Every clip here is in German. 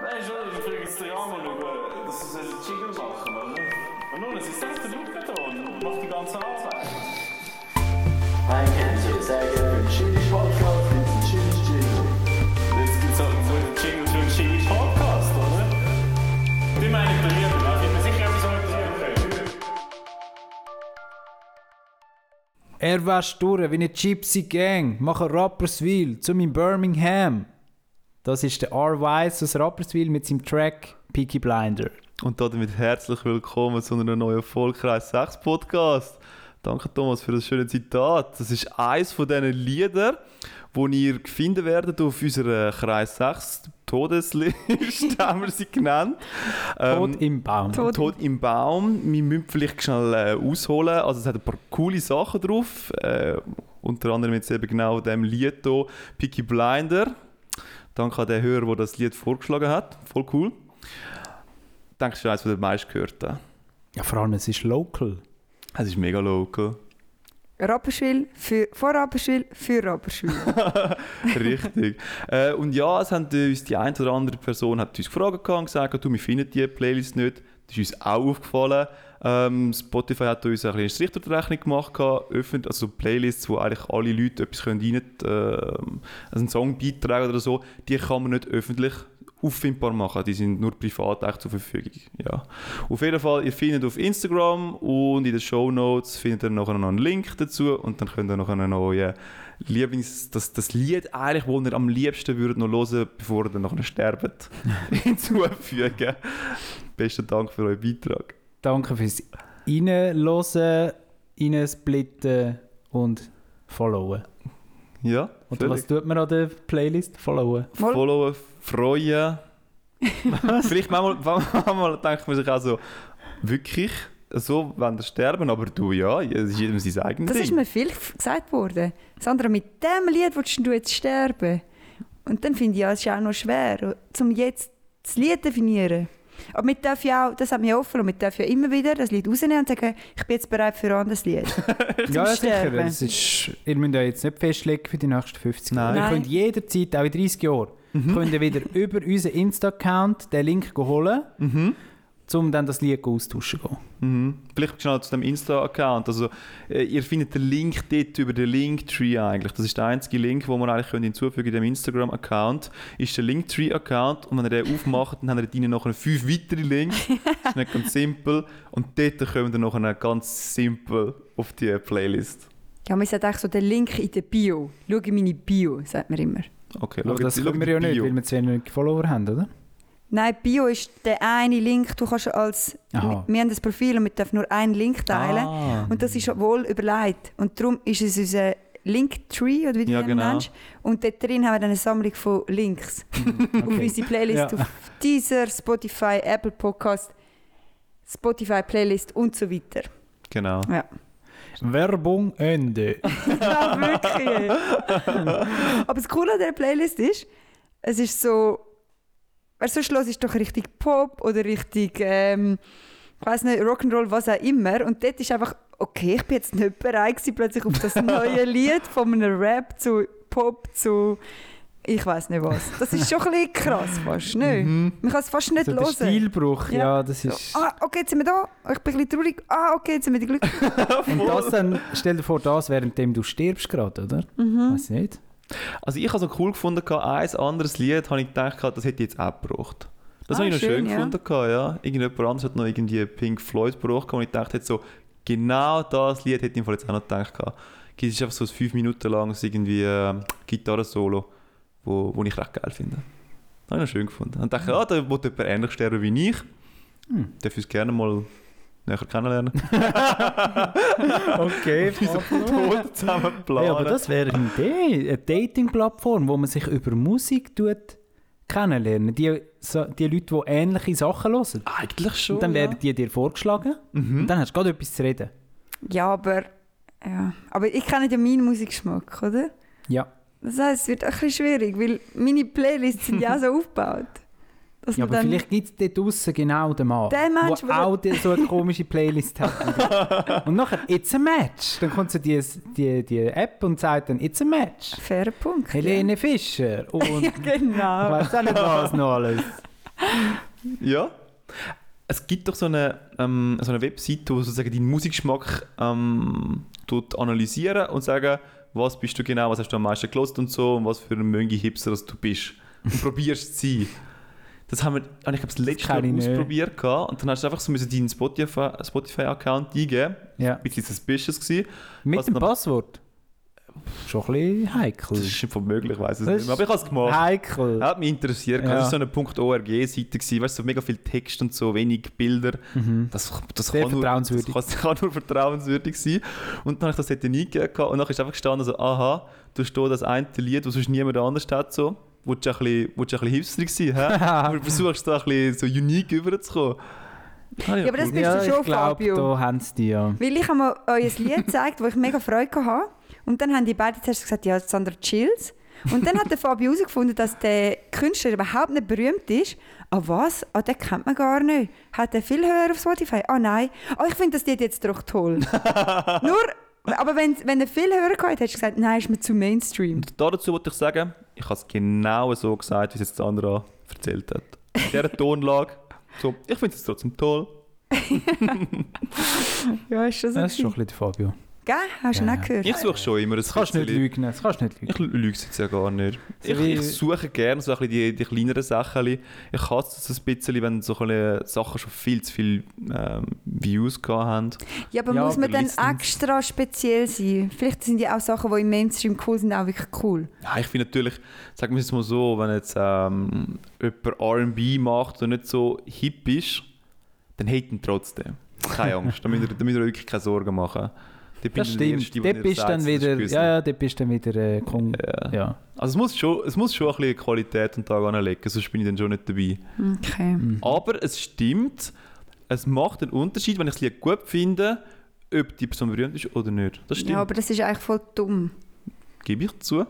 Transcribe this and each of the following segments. Nein, schon, ich bringe jetzt den Rahmen über. Das ist ein Jingle machen, oder? Und nun, es ist selbst der Luftbeton und macht die ganze Arbeit. Nein, kennt ihr, sehr gerne. Chili Podcast mit dem Chili Chili. Jetzt gibt es halt so einen Jingle für einen Jingle Podcast, oder? Die meine ich bei mir, da bin mir sicher, etwas anderes okay. Er wäscht durch wie eine Gypsy Gang, mache Rapperswil zu meinem Birmingham. Das ist der R. Weiss aus Rapperswil mit seinem Track Peaky Blinder. Und damit herzlich willkommen zu einer neuen Vollkreis 6 Podcast. Danke Thomas für das schöne Zitat. Das ist eins von diesen Liedern, wo ihr finden werdet auf unserer Kreis 6 Todesliste, haben wir sie genannt. Ähm, Tod im Baum. Tod, im Baum. Wir müssen vielleicht schnell äh, ausholen. Also es hat ein paar coole Sachen drauf. Äh, unter anderem jetzt eben genau dem Lied hier, Peaky Blinder. Danke an den Hörer, der das Lied vorgeschlagen hat. Voll cool. Ich denke, es ist eines der meistgehörten. Ja, vor allem, es ist local. Es ist mega local. Rapperschwil, für, vor Rapperschwil, für Rapperschwil. Richtig. äh, und ja, es haben uns die eine oder andere Person hat uns gefragt gehabt und gesagt, du, wir finden die Playlist nicht. Das ist uns auch aufgefallen. Ähm, Spotify hat uns ein bisschen einen Strich durch die Rechnung gemacht, gehabt, öffnet, also Playlists, wo eigentlich alle Leute etwas können rein, äh, also einen Song beitragen oder so, die kann man nicht öffentlich auffindbar machen, die sind nur privat echt zur Verfügung. Ja. Auf jeden Fall, ihr findet auf Instagram und in den Show Notes findet ihr nachher noch einen Link dazu und dann könnt ihr nachher einen neuen Lieblings... Das, das Lied eigentlich, das ihr am liebsten würdet noch hören, bevor ihr dann nachher sterbt, hinzufügen. Besten Dank für euren Beitrag. Danke fürs Reinhören, Reinsplitten und Followen. Ja, Und völlig. was tut man an der Playlist? Followen. Mal- Followen, freuen. Vielleicht manchmal, manchmal denkt man sich auch so, wirklich, so wenn ihr sterben, aber du ja, es ist jedem sein eigenes Das ist Ding. mir viel f- gesagt worden. Sandra, mit dem Lied willst du jetzt sterben. Und dann finde ich, ja, es ist auch noch schwer, um jetzt das Lied zu definieren. Aber wir dürfen ja auch, das hat mich offen, und wir dürfen ja immer wieder das Lied rausnehmen und sagen, ich bin jetzt bereit für ein anderes Lied. Ja, sicher. Sterben. Das ist, ihr müsst ja jetzt nicht festlegen für die nächsten 50 Jahre. Nein. Ihr Nein. Mhm. könnt jederzeit, auch in 30 Jahren, könnt ihr wieder über unseren Insta-Account den Link holen, Mhm. um dann das Lied austauschen zu gehen. Mhm. Vielleicht schnell zu dem Insta-Account. Also, äh, ihr findet den Link dort über den Linktree eigentlich. Das ist der einzige Link, den man eigentlich könnt hinzufügen dem Instagram-Account. Ist der Linktree-Account und wenn ihr den aufmacht, dann habt ihr dort nachher fünf weitere Links. Das ist nicht ganz simpel. Und dort kommt ihr nachher ganz simpel auf die Playlist. Ja, man sagt eigentlich so, den Link in der Bio. Schau in meine Bio, sagt man immer. Okay, Aber schaut- das schaut können wir die ja nicht, Bio. weil wir zu wenig Follower haben, oder? Nein, Bio ist der eine Link, du kannst als, Aha. wir haben das Profil und wir dürfen nur einen Link teilen. Ah. Und das ist wohl überlegt. Und darum ist es unser Linktree, oder wie du Ja, den genau. nennst. Und dort drin haben wir dann eine Sammlung von Links. Auf unsere Playlist, Ja. auf Deezer, Spotify, Apple Podcast, Spotify Playlist und so weiter. Genau. Ja, Werbung Ende. ja wirklich. Aber das Coole an dieser Playlist ist, es ist so, wer sonst los ist doch richtig Pop oder richtig, ähm, ich weiß nicht, Rock'n'Roll, was auch immer. Und dort ist einfach, okay, ich bin jetzt nicht bereit gewesen, plötzlich auf das neue Lied von einem Rap zu Pop zu, ich weiß nicht was. Das ist schon ein bisschen krass fast, nicht? Man kann es fast nicht Mhm. So Also, der hören. Stilbruch, ja, Ja. das ist... Ah, okay, jetzt sind wir da. Ich bin ein bisschen traurig. Ah, okay, jetzt sind wir glücklich. Und das dann, stell dir vor, das währenddem du stirbst gerade, oder? Mhm. Weiß nicht. Also ich habe es noch cool gefunden, gehabt, ein anderes Lied habe ich gedacht, gehabt, das hätte ich jetzt auch gebraucht. Das Ah, habe ich noch schön, schön, ja. gefunden, gehabt, ja. Irgendjemand anderes hat noch irgendwie Pink Floyd gebraucht gehabt und ich dachte jetzt so, genau das Lied hätte ich im Fall jetzt auch noch gedacht. gehabt. Es ist einfach so ein 5 Minuten langes irgendwie äh, Gitarrensolo, wo, wo ich recht geil finde. Das habe ich noch schön gefunden. Und dachte, ah, da will jemand ähnlich sterben wie ich. Hm. Darf uns gerne mal näher kennenlernen. Okay, Tod zusammen planen. Ja, aber das wäre eine Idee. Eine Dating-Plattform, wo man sich über Musik tut, kennenlernen. Die, so, die Leute, die ähnliche Sachen hören. eigentlich schon. und dann ja. Mhm. werden die dir vorgeschlagen und dann hast du gerade etwas zu reden. Ja, aber. Ja. Aber ich kenne ja meinen Musikgeschmack, oder? Ja, Das heisst, es wird auch ein bisschen schwierig, weil meine Playlists sind ja auch so aufgebaut. Dass ja man aber dann, vielleicht gibt es dort draussen genau den Mann, Der Mensch, wo wo- auch die, so eine komische Playlist hat. und nachher, it's a match. Dann kommt so die, die, die App und sagt dann, it's a match. Fairer Punkt. Helene Fischer und Ja. Genau. ich weiß auch nicht was noch alles. Ja. Es gibt doch so eine, ähm, so eine Webseite, wo sozusagen deinen Musikgeschmack ähm, tut analysieren und sagen, was bist du genau, was hast du am meisten gelost und so und was für ein Möngi-Hipster das du bist. Und probierst zu sein. Das haben wir, ah, ich glaube, das letzte kenn Mal ich nicht. ausprobiert gehabt, und dann hast du einfach so müssen deinen Spotify- Spotify-Account eingeben. Ja. Ein bisschen suspicious gewesen. Mit Was dem noch- Passwort. Schon ein bisschen heikel. Das ist einfach möglich, ich weiß es Das nicht mehr. Aber ich habe es gemacht. Heikel. Hat mich interessiert. Ja. Das war so eine .org-Seite, gewesen, weißt du, so mega viel Text und so, wenig Bilder. Das, Mhm. das, Sehr kann nur, das, kann, vertrauenswürdig. das kann nur vertrauenswürdig sein. Und dann habe ich das dort eingegeben gehabt und dann ist einfach gestanden, so, aha, da steht das eine Lied, das sonst niemand anders hat, so. Willst du ein bisschen, willst du ein bisschen hipsterig sein, hä? Du versuchst da ein bisschen so unique rüberzukommen. Ah, Ja, aber das cool. bist du schon, ich glaube, Fabio. da haben sie die ja. Weil ich habe mir euer Lied gezeigt, wo ich mega Freude hatte. Und dann haben die beiden zuerst gesagt, ja, Sandra Chills. Und dann hat der Fabio herausgefunden, dass der Künstler überhaupt nicht berühmt ist. Ah was? Ah, den kennt man gar nicht. Hat er viel höher auf Spotify? Ah nein. Ah, ich finde das Lied jetzt doch toll. Nur, aber wenn, wenn er viel höher gehabt hätte, hättest du gesagt, nein, ist mir zu Mainstream. Und dazu wollte ich sagen, ich habe es genau so gesagt, wie es jetzt Sandra erzählt hat. In dieser Tonlage. So, ich finde es trotzdem toll. Ja, ist schon so. Das ist schon ein gewesen. bisschen der Fabio. Gell? Hast du Ja, ihn auch gehört? Ich suche schon immer ein Das kannst du nicht bisschen. lügen. Das kannst du nicht lügen. Ich lüge es jetzt ja gar nicht. So Ich, wie- ich suche gerne so ein bisschen die, die kleineren Sachen. Ich hasse es ein bisschen, wenn so ein bisschen Sachen schon viel zu viele ähm, Views gehabt haben. Ja, aber Ja, muss man aber dann listens. extra speziell sein? Vielleicht sind ja auch Sachen, die im Mainstream cool sind, auch wirklich cool. Ja, ich finde natürlich, sagen wir es jetzt mal so, wenn jetzt ähm, jemand R&B macht und nicht so hip ist, dann hate ihn trotzdem. Keine Angst, da müsst ihr, da müsst ihr euch wirklich keine Sorgen machen. Da bin Das ich der stimmt. Erste, Dort der bist sagt, dann das ist wieder, gewiss. ja, ja, dort bist dann wieder äh, Kung. Ja. Ja. Also es muss, schon, es muss schon ein bisschen Qualität und Tag anlegen, sonst bin ich dann schon nicht dabei. Okay. Aber es stimmt, es macht einen Unterschied, wenn ich das Lied gut finde, ob die Person berühmt ist oder nicht. Das stimmt. Ja, aber das ist eigentlich voll dumm. Gebe ich zu.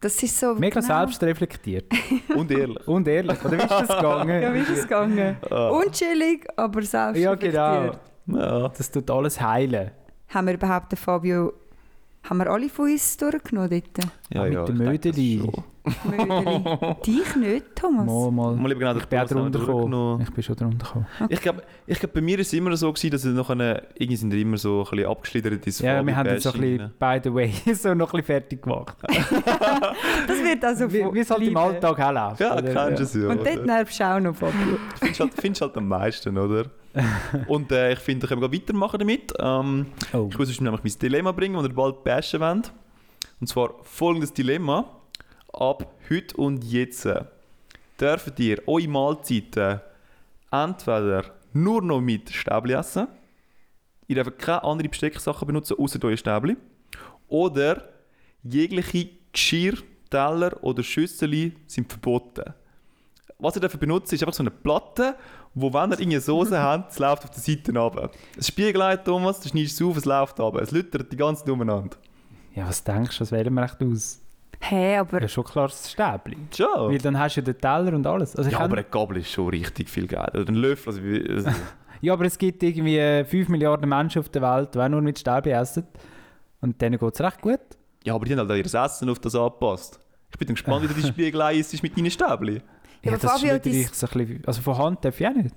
Das ist so. Mega genau. selbstreflektiert. Und ehrlich. Und ehrlich. Oder wie ist das Ja, wie gegangen? ist es gegangen? Ah. Unchillig, aber selbst. ja, genau. ja. Das tut alles heilen. Haben wir überhaupt den Fabio. Haben wir alle von uns durchgenommen dort? Ja, Auch mit ja, dem ich denke, das Mödeli. schon. Mödeli. Dich nicht, Thomas. Mal, mal. Mal eben genau, Ich bin auch drunter gekommen. Ich bin schon drunter gekommen. Ich glaube, ich glaub, bei mir ist es immer so gewesen, dass es noch eine, irgendwie sind wir immer so ein bisschen abgeschlittert ins Ja, wir haben jetzt so ein Fabi-Bashing bisschen, by the way, so noch ein bisschen fertig gemacht. Das wird also Wie von wie es halt im Liebe. Alltag auch läuft. rein. Ja, oder? kennst du es ja. Und dort oder? nervst du auch noch, Fabio. Findest halt, findest halt am meisten, oder? Und äh, ich finde, da können wir gleich weitermachen damit. Ähm, Oh. Ich muss euch nämlich mein Dilemma bringen, das ihr bald bashen wollt. Und zwar folgendes Dilemma. Ab heute und jetzt dürft ihr eure Mahlzeiten entweder nur noch mit Stäbli essen, ihr dürft keine andere Bestecksachen benutzen, außer euer Stäbli, oder jegliche Geschirr, Teller oder Schüssel sind verboten. Was ihr dafür benutzt, ist einfach so eine Platte, wo, wenn ihr irgendeine Soße habt, es läuft auf der Seite runter. Es spiegelt, Thomas, du schneidest es auf, es läuft runter. Es lüttert die ganze Zeit umeinander. Ja, was denkst du, was wählen wir echt aus? Hä, aber. Ja, schon klar das Stäbli. Schon. Weil dann hast du ja den Teller und alles. Also ich Ja, kenn- aber eine Gabel ist schon richtig viel geil. Oder ein Löffel. Also, wie- also, ja, aber es gibt irgendwie 5 Milliarden Menschen auf der Welt, die auch nur mit Stäbli essen. Und denen geht es recht gut. ja, aber die haben halt auch ihr Essen auf das angepasst. Ich bin dann gespannt, wie du die Spiegelei ist mit deinen Stäbli. Ja, Ja, aber das ist Fabio, natürlich so ein bisschen, Also von Hand darf ich auch nicht.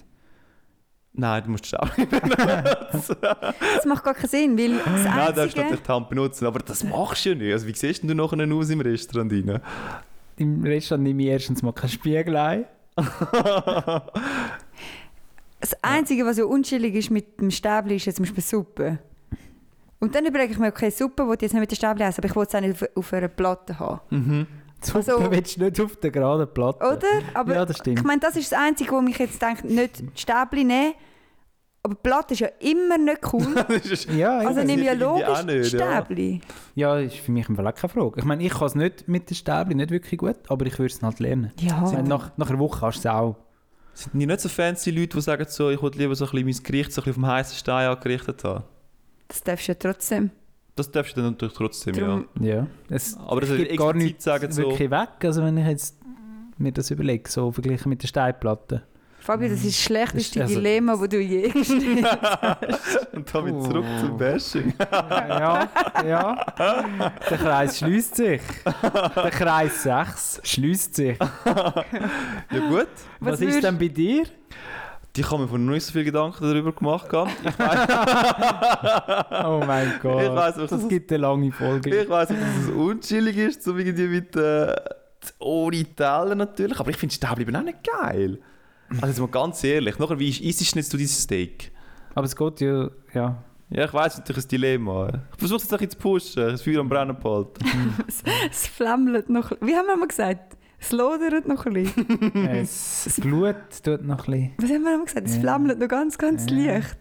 Nein, du musst die Stäbli benutzen. Das macht gar keinen Sinn, weil das Nein, du darfst Einzige. natürlich die Hand benutzen. Aber das machst du ja nicht. Also, wie siehst denn du nachher aus im Restaurant rein? Im Restaurant nehme ich erstens mal kein Spiegel ein. Das Einzige, was so unschillig ist mit dem Stäbli, ist jetzt zum Beispiel Suppe. Und dann überlege ich mir, okay, Suppe will ich jetzt nicht mit dem Stäbli essen, aber ich will es auch nicht auf, auf einer Platte haben. Suppe Also- willst du nicht auf der geraden Platte. Oder? Aber Ja, das stimmt. ich meine, das ist das Einzige, wo mich jetzt denkt, nicht die Stäbli nehmen. Aber Platte ist ja immer nicht cool. Das ist- Ja, Also eben. nehme ich ja irgendwie auch logisch nicht, ja. Stäbli. ja, ist für mich im Fall auch keine Frage. Ich meine, ich kann es nicht mit den Stäbli nicht wirklich gut, aber ich würde es halt lernen. Ja. Also Nach, nach einer Woche hast du es auch. Sind die nicht so fancy Leute, die sagen so, ich wollte lieber so ein bisschen mein Gericht so ein bisschen auf dem heißen Stein angerichtet haben? Das darfst du ja trotzdem. Das darfst du dann natürlich trotzdem, Darum- Ja. Es Aber das ist gibt explizit gar nichts sagen so- wirklich weg. Also wenn ich jetzt mir das überlege, so verglichen mit der Steinplatte. Fabio, das ist das schlechteste Ist- also- Dilemma, das du je gestellt hast. Und damit zurück zum Bashing. Ja, ja. Der Kreis schließt sich. Der Kreis 6 schließt sich. Was, Ja gut, Was ist würdest- denn bei dir? ich habe mir vorhin noch nicht so viel Gedanken darüber gemacht. gehabt. Ich weiß, Oh mein Gott. Ich weiss, was das das- gibt eine lange Folge. ich weiss nicht, dass es unchillig ist, so irgendwie mit äh, ohne Teller natürlich, aber ich finde Stäbchen auch nicht geil. Also jetzt mal ganz ehrlich, nachher, wie ist- isst du jetzt du dieses Steak? Aber es geht ja. ja. Ja, ich weiß natürlich ein Dilemma. Ich versuche es jetzt ein bisschen zu pushen, das Feuer am Brennen behalten. Es flammelt noch. Wie haben wir mal gesagt? Es lodert noch ein bisschen. Es, das Blut tut noch ein bisschen. Was haben wir mal gesagt? Es Ja. flammelt noch ganz, ganz Ja. leicht.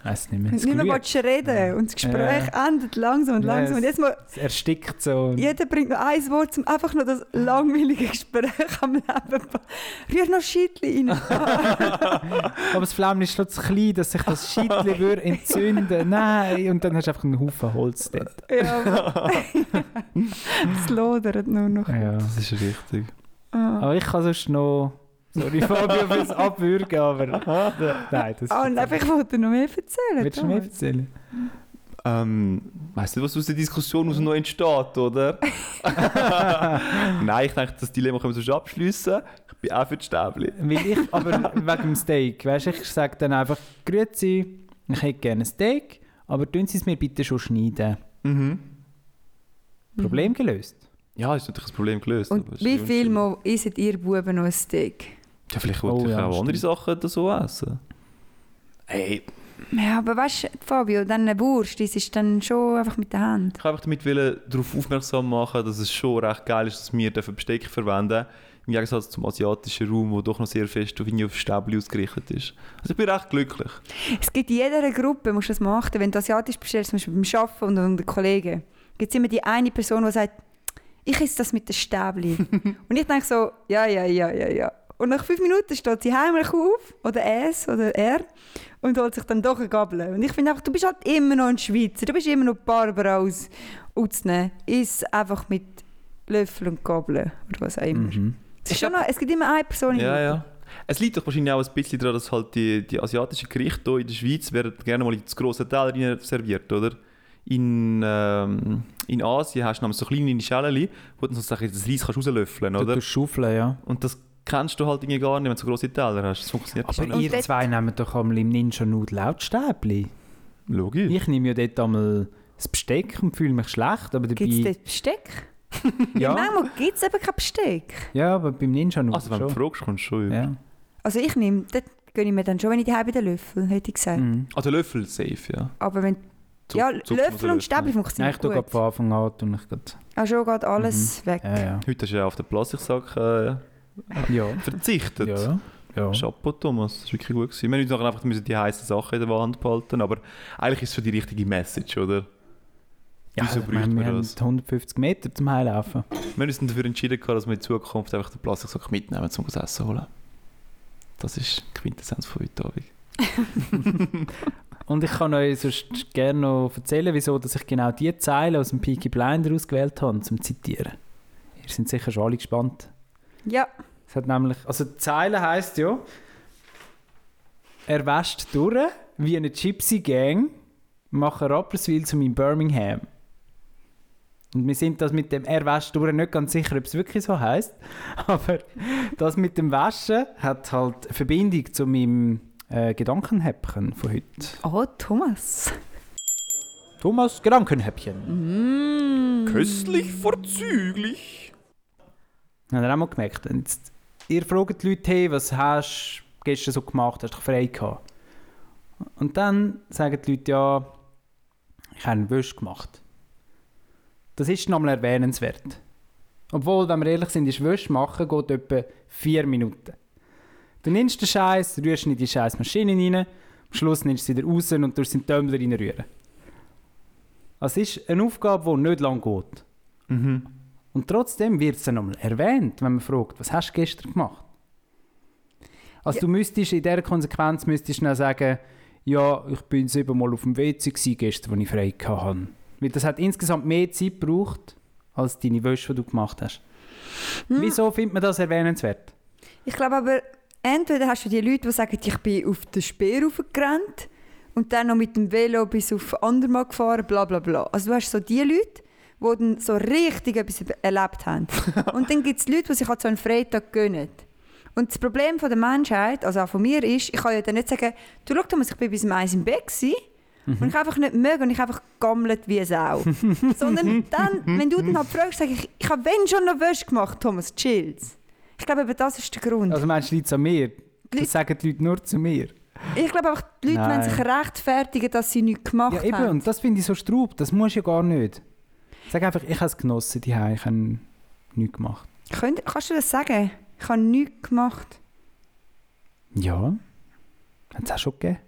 Ich weiss nicht mehr. Und Es, nicht mehr glüht. willst du reden. Und das Gespräch endet langsam und Ja, langsam. Und es- jetzt mal, es erstickt so. und- jeder bringt noch ein Wort, um einfach noch das langweilige Gespräch am Leben zu Rühr noch Scheitli rein. Aber das Flämmchen ist schon zu klein, dass sich das Scheitchen würde entzünden. Nein, und dann hast du einfach einen Haufen Holz dort. ja. es lodert nur noch. Ja. Das ist richtig. Ah. Aber ich kann sonst noch... Sorry Fabio fürs Abwürgen, aber... Nein, das... Ah, und einfach, ich wollte noch mehr erzählen. Willst du mir Thomas. erzählen? Ähm, weißt du, was aus der Diskussion aus noch entsteht, oder? Nein, ich denke, das Dilemma können wir sonst abschliessen. Ich bin auch für die Stäbli. Weil ich, aber wegen dem Steak, weißt du, ich sage dann einfach, Grüezi, ich hätte gerne ein Steak, aber tun Sie es mir bitte schon schneiden. Mhm. Mhm. Problem gelöst. Ja, ist natürlich das Problem gelöst. aber Und es ist wie viel unschön. Mal isst ihr Buben noch ein Steak? Ja, vielleicht Oh wollte ich ja, auch andere stimmt. Sachen oder so essen. Ey, Ja, aber weißt du, Fabio, dann eine Wurst, das ist dann schon einfach mit der Hand. ich wollte einfach damit wollen, darauf aufmerksam machen, dass es schon recht geil ist, dass wir dürfen Besteck verwenden Im Gegensatz zum asiatischen Raum, der doch noch sehr fest auf, irgendwie auf Stäbli ausgerichtet ist. Also ich bin recht glücklich. Es gibt in jeder Gruppe, musst du das machen, wenn du asiatisch bestellst, zum Beispiel beim Arbeiten und unter Kollegen, gibt es immer die eine Person, die sagt, ich esse das mit den Stäbli. und ich denke so, ja, ja, ja, ja, ja. Und nach fünf Minuten steht sie heimlich auf, oder es, oder er, und holt sich dann doch eine Gabel. Und ich finde einfach, du bist halt immer noch ein Schweizer, du bist immer noch Barbara aus Utzne. Iss einfach mit Löffel und Gabel, oder was auch immer. Mhm. Es, ist schon noch, es gibt immer eine Person in der Mhm. Ja, ja. Es liegt doch wahrscheinlich auch ein bisschen daran, dass halt die, die asiatischen Gerichte hier in der Schweiz werden gerne mal in das grosse Teller rein serviert, oder? In, ähm, in Asien hast du nämlich so kleine Schälchen, wo du dann sozusagen das Reis kannst rauslöffeln Du oder? tust schaufeln, ja. Und das kennst du halt irgendwie gar nicht, wenn du so grosse Teller hast. Das funktioniert Aber so Und ihr dort- zwei nehmt doch einmal im Ninja Nude Lautstäbli. Logisch. Ich nehme ja dort einmal das Besteck und fühle mich schlecht, aber dabei... Gibt es dort Besteck? Ja. ja, Manchmal gibt es eben kein Besteck. ja, aber beim Ninja Nude Also wenn du schon. fragst, kommst du schon. Ja. Ja. Also ich nehme, dort gönne ich mir dann schon, wenn ich die bei den Löffel, hätte ich gesagt. Mhm. Also Löffel safe, ja. Aber wenn, Zu- ja, Zucker muss Löffel man und Stäbli Nein, ich funktionieren tue gerade gut. von Anfang an, tue ich gerade... Ah, schon geht alles weg. Ja, ja. Heute hast du ja auf den Plastiksack äh, Ja. verzichtet. Ja. ja. Chapeau, Thomas, das war wirklich gut. Gewesen. Wir müssen nachher einfach müssen die heißen Sachen in der Hand behalten, aber eigentlich ist es schon die richtige Message, oder? Ja, Wieso ich bräuchte meine, man wir das? haben 150 Meter zum Heilaufen. Wir haben uns dann dafür entschieden, gehabt, dass wir in Zukunft einfach den Plastiksack mitnehmen, um das Essen zu holen. Das ist die Quintessenz von heute Abend. Und ich kann euch sonst gerne noch erzählen, wieso dass ich genau die Zeilen aus dem Peaky Blinder ausgewählt habe, zum Zitieren. Ihr seid sicher schon alle gespannt. Ja, Es hat nämlich, also die Zeile heisst ja, er wäscht durch wie eine Gypsy Gang, mache Rapperswil zu meinem Birmingham. Und wir sind das mit dem er wäscht durch nicht ganz sicher, ob es wirklich so heisst. Aber das mit dem Waschen hat halt Verbindung zu meinem äh, Gedankenhäppchen von heute. oh Thomas. Thomas Gedankenhäppchen. Köstlich vorzüglich. Haben wir auch mal gemerkt. Und jetzt, ihr fragt die Leute, hey, was hast du gestern so gemacht? Hast du dich frei gehabt? Und dann sagen die Leute, ja, ich habe einen Wisch gemacht. Das ist nochmal erwähnenswert. Obwohl, wenn wir ehrlich sind, ist Wäsche machen geht etwa vier Minuten. Du nimmst den Scheiß, rührst ihn in die scheiß Maschine rein, am Schluss nimmst du sie wieder raus und durch den Tumbler reinrühren. Also Es ist eine Aufgabe, die nicht lang geht. Und trotzdem wird es dann nochmal erwähnt, wenn man fragt, was hast du gestern gemacht? Also Ja. du müsstest in dieser Konsequenz müsstest du dann sagen, ja, ich bin siebenmal auf dem WC gewesen gestern, als ich frei hatte. Weil das hat insgesamt mehr Zeit gebraucht, als Hm. deine Wäsche, die du gemacht hast. Wieso findet man das erwähnenswert? Ich glaube aber, entweder hast du die Leute, die sagen, ich bin auf den Speer raufgerannt und dann noch mit dem Velo bis auf Andermal gefahren, bla bla bla. Also du hast so die Leute, die dann so richtig etwas über- erlebt haben. und dann gibt es Leute, die sich halt so einen Freitag gönnen. Und das Problem von der Menschheit, also auch von mir, ist, ich kann ja dann nicht sagen, du schau Thomas, ich bin bis um eins im Bett gewesen, Mhm. und ich einfach nicht mögen und ich einfach gammelt wie eine Sau. Sondern dann, wenn du dann halt fragst, sage ich, ich habe wenn schon noch Wäsche gemacht, Thomas, chills. Ich glaube, eben das ist der Grund. Also meinst du, Leute an mir? Leute- Das sagen die Leute nur zu mir. ich glaube einfach, die Leute Nein. wollen sich rechtfertigen, dass sie nichts gemacht Ja, eben, haben. und das finde ich so straub. Das musst du ja gar nicht. Sag einfach, ich habe es genossen, die ich habe nichts gemacht. Könnt, kannst du das sagen? Ich habe nichts gemacht. Ja. Hat es auch schon gegeben.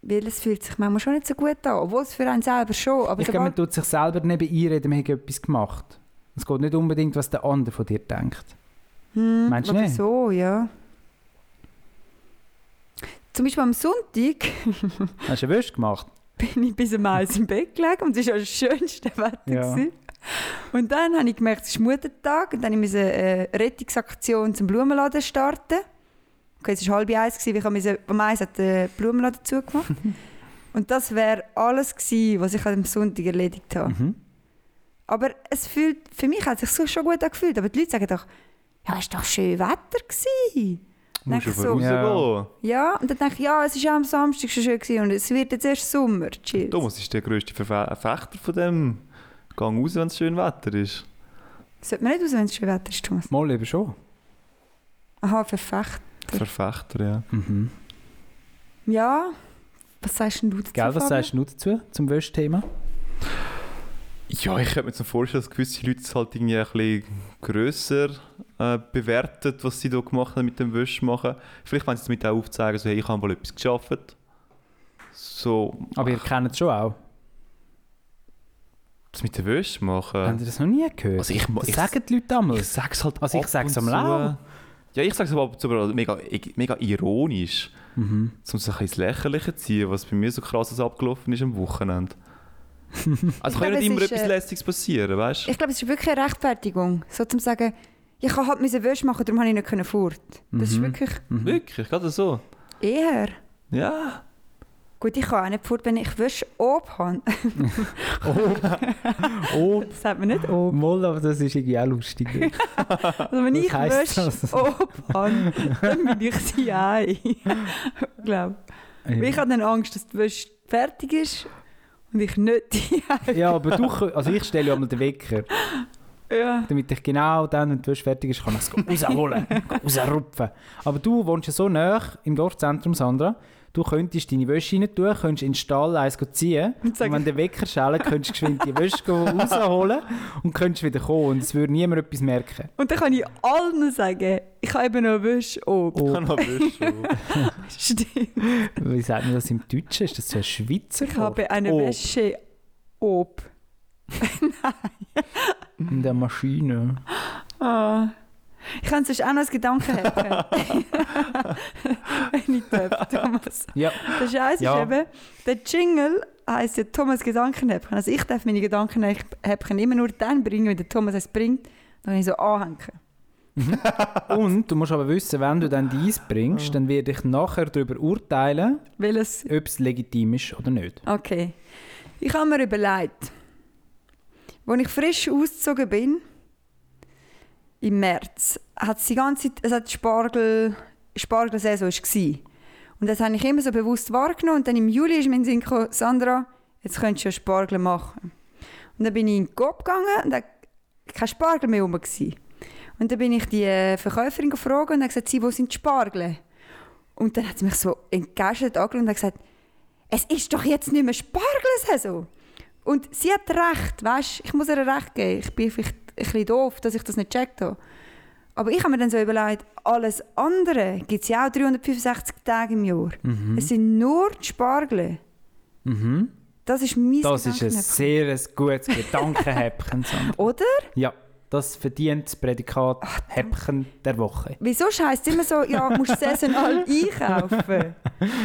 Weil es fühlt sich manchmal schon nicht so gut an, obwohl es für einen selber schon. Aber ich glaube, man sobald, tut sich selber neben einreden, man hat etwas gemacht. Es geht nicht unbedingt, was der andere von dir denkt. hm, meinst du oder nicht? so, ja. Zum Beispiel am Sonntag Hast du eine Wäsche gemacht? bin ich bis um eins im Bett gelegen und es war ja das schönste Wetter. Ja. gewesen. Und dann habe ich gemerkt, es ist Muttertag und dann musste ich eine äh, Rettungsaktion zum Blumenladen starten. Okay, es war halb eins, gewesen, weil ich musste- um eins hat der Blumenladen zugemacht. und das wäre alles gewesen, was ich am Sonntag erledigt habe. Mhm. Aber es fühlt, für mich hat es sich so schon gut angefühlt. Aber die Leute sagen doch, ja, es war doch schön Wetter. Gewesen. Musst du Denke so. rausgehen. Ja. Ja, und dann denke ich, ja, es war ja am Samstag schon schön gewesen und es wird jetzt erst Sommer. Chill. Thomas ist der grösste Verfe- Verfechter von dem. Gang raus, wenn es schön Wetter ist. Sollte man nicht raus, wenn es schön Wetter ist, Thomas? Mal eben schon. Aha, verfecht. Verfechter, ja. Mhm. Ja, was sagst denn du dazu? Gell, was sagst du dazu, zum Wäschthema? Ja, ich könnte mir so vorstellen, dass gewisse Leute es halt irgendwie ein bisschen grösser äh, bewertet, was sie da gemacht haben mit dem Wäsch machen. Vielleicht wollen sie damit auch aufzeigen, so, hey, ich habe wohl etwas geschafft. So, Aber ihr kennt es schon auch. das mit dem Wäsch machen. Habt ihr das noch nie gehört? Also ich- das ich- sagen die Leute Ich damals. sag's halt Also ich ab sag's und am zu. äh, Lau. Ja, ich sag's aber ab und zu, aber also mega, mega ironisch. Mhm. um es ein bisschen ins Lächerliche zu ziehen, was bei mir so krasses abgelaufen ist am Wochenende. Also Ich kann glaube, ja es nicht immer ist, etwas äh, Lästiges passieren, weißt du? Ich glaube, es ist wirklich eine Rechtfertigung. So zum sagen, ich kann halt meine Wäsche machen, darum habe ich nicht können fort. Das ist Mhm. wirklich Wirklich, gerade so. eher. Ja. Gut, ich kann auch nicht fort, wenn ich Wäsche oben habe. Oh, Das sagt man nicht oben. mal, aber das ist irgendwie auch lustig. Also wenn Was ich heisst Wäsche das? oben habe, dann bin ich sie ein. ich glaube. Weil Ich ja. habe dann Angst, dass die Wäsche fertig ist und ich nicht die ja, aber du, kö- also ich stelle ja mal den Wecker, ja. damit ich genau dann, wenn die Wäsche fertig ist, kann ich es rausholen, rausrupfen. Aber du wohnst ja so nah im Dorfzentrum, Sandra, du könntest deine Wäsche rein tun, könntest in den Stall eins go ziehen Und und sagen- wenn der Wecker schellt, könntest du geschwind die Wäsche go rausholen und könntest wieder kommen und es würde niemand etwas merken. Und dann kann ich allen sagen, ich habe eben noch Wäsche Oh. oben. Ich kann noch Wäsche. Stimmt. Wie sagt man das im Deutschen? Ist das so ein Schweizer Ich Wort? habe eine Ob. Wäsche ob. In der Maschine. Ah. Ich kann sonst auch noch ein Gedankenhäppchen. Wenn ich darf, Thomas. Ja. Der Scheiß Ja. ist eben, der Jingle heisst ja Thomas Gedankenhäppchen. Also ich darf meine Gedankenhäppchen immer nur dann bringen, wenn der Thomas es bringt. Dann kann ich so anhängen. Und du musst aber wissen, wenn du dann dies Oh. bringst, dann werde ich nachher darüber urteilen, Weil es... ob es legitim ist oder nicht. Okay. Ich habe mir überlegt, als ich frisch ausgezogen bin, im März, hat es die ganze Zeit, es hat Spargel, Spargelsaison ist gsi. Und das habe ich immer so bewusst wahrgenommen. Und dann im Juli ist mein Sinn gekommen, Sandra, jetzt könntest du ja Spargel machen. Und dann bin ich in den Coop gegangen und da war kein Spargel mehr rum. gsi. Und dann bin ich die äh, Verkäuferin gefragt und habe gesagt, sie, wo sind die Spargel? Und dann hat sie mich so entgeistert angeschaut und hat gesagt, es ist doch jetzt nicht mehr Spargelsaison. Und sie hat recht, weißt, ich muss ihr recht geben. Ich bin vielleicht ein bisschen doof, dass ich das nicht gecheckt habe. Aber ich habe mir dann so überlegt, alles andere gibt es ja auch 365 Tage im Jahr. Es sind nur die Spargel. Mhm. Das ist mein Das ist ein Gedankenhäppchen. sehr ein gutes Gedankenhäppchen, Sandra. Oder? Ja, das verdient das Prädikat Häppchen der Woche. Wieso heisst es immer so, ja, musst saisonal einkaufen?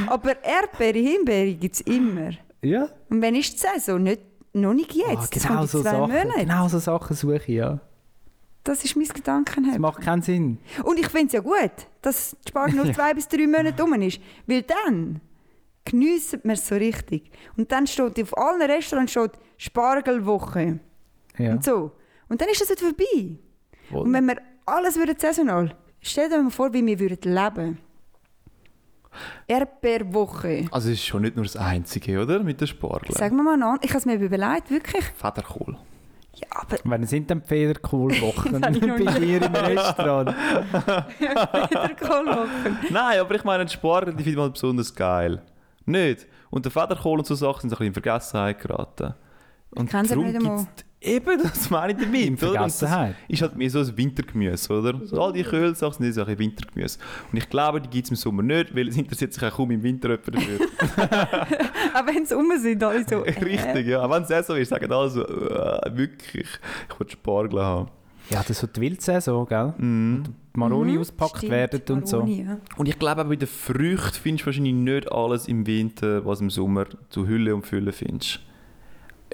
Aber Erdbeere, Himbeere gibt es immer. Ja, Und wenn ist die Saison? Nicht, noch nicht jetzt. Ah, das kommt in zwei Sachen. Monaten. Genau so Sachen suche ich, ja. Das ist mein Gedankenheft. Das macht keinen Sinn. Und ich finde es ja gut, dass die Sparte nur Ja. zwei bis drei Monate um ist. Weil dann geniessen wir es so richtig. Und dann steht auf allen Restaurants steht Spargelwoche. Ja. Und so. Und dann ist das wieder vorbei. Voll. Und wenn wir alles würden saisonal, stell dir mal vor, wie wir würden leben. Erdbeerwoche. Also es ist schon nicht nur das Einzige, oder? Mit den Spargeln. Sagen wir mal an, ich habe es mir überlegt, wirklich. Federkohl. Ja, aber Wenn sind dann Feder cool Wochen Das hab ich noch bei nie. dir im Restaurant. Federkohlwoche. Nein, aber ich meine, die Spargel, die findet man besonders geil. Nicht? Und der Federkohl und so Sachen sind so ein bisschen in Vergessenheit geraten. Und Kann sie darum nicht einmal. gibt's- Eben, das meine ich damit. oder? Und das Vergessenheit. Ist halt mehr so ein Wintergemüse, oder? So all die Kühlsachen sind so ein bisschen Wintergemüse. Und ich glaube, die gibt es im Sommer nicht, weil es interessiert sich auch kaum im Winter jemand dafür. Auch wenn sie rum sind, alle so. äh, Richtig, ja. Auch Wenn es Saison ist, sagen alle so, «Äh, wirklich, ich will Spargel haben. Ja, das ist so die Wildsaison, gell? Mhm. Die Maroni ausgepackt werden und so. so. hm, Ja. Und ich glaube, auch bei den Früchten findest du wahrscheinlich nicht alles im Winter, was im Sommer zu Hülle und Fülle findest.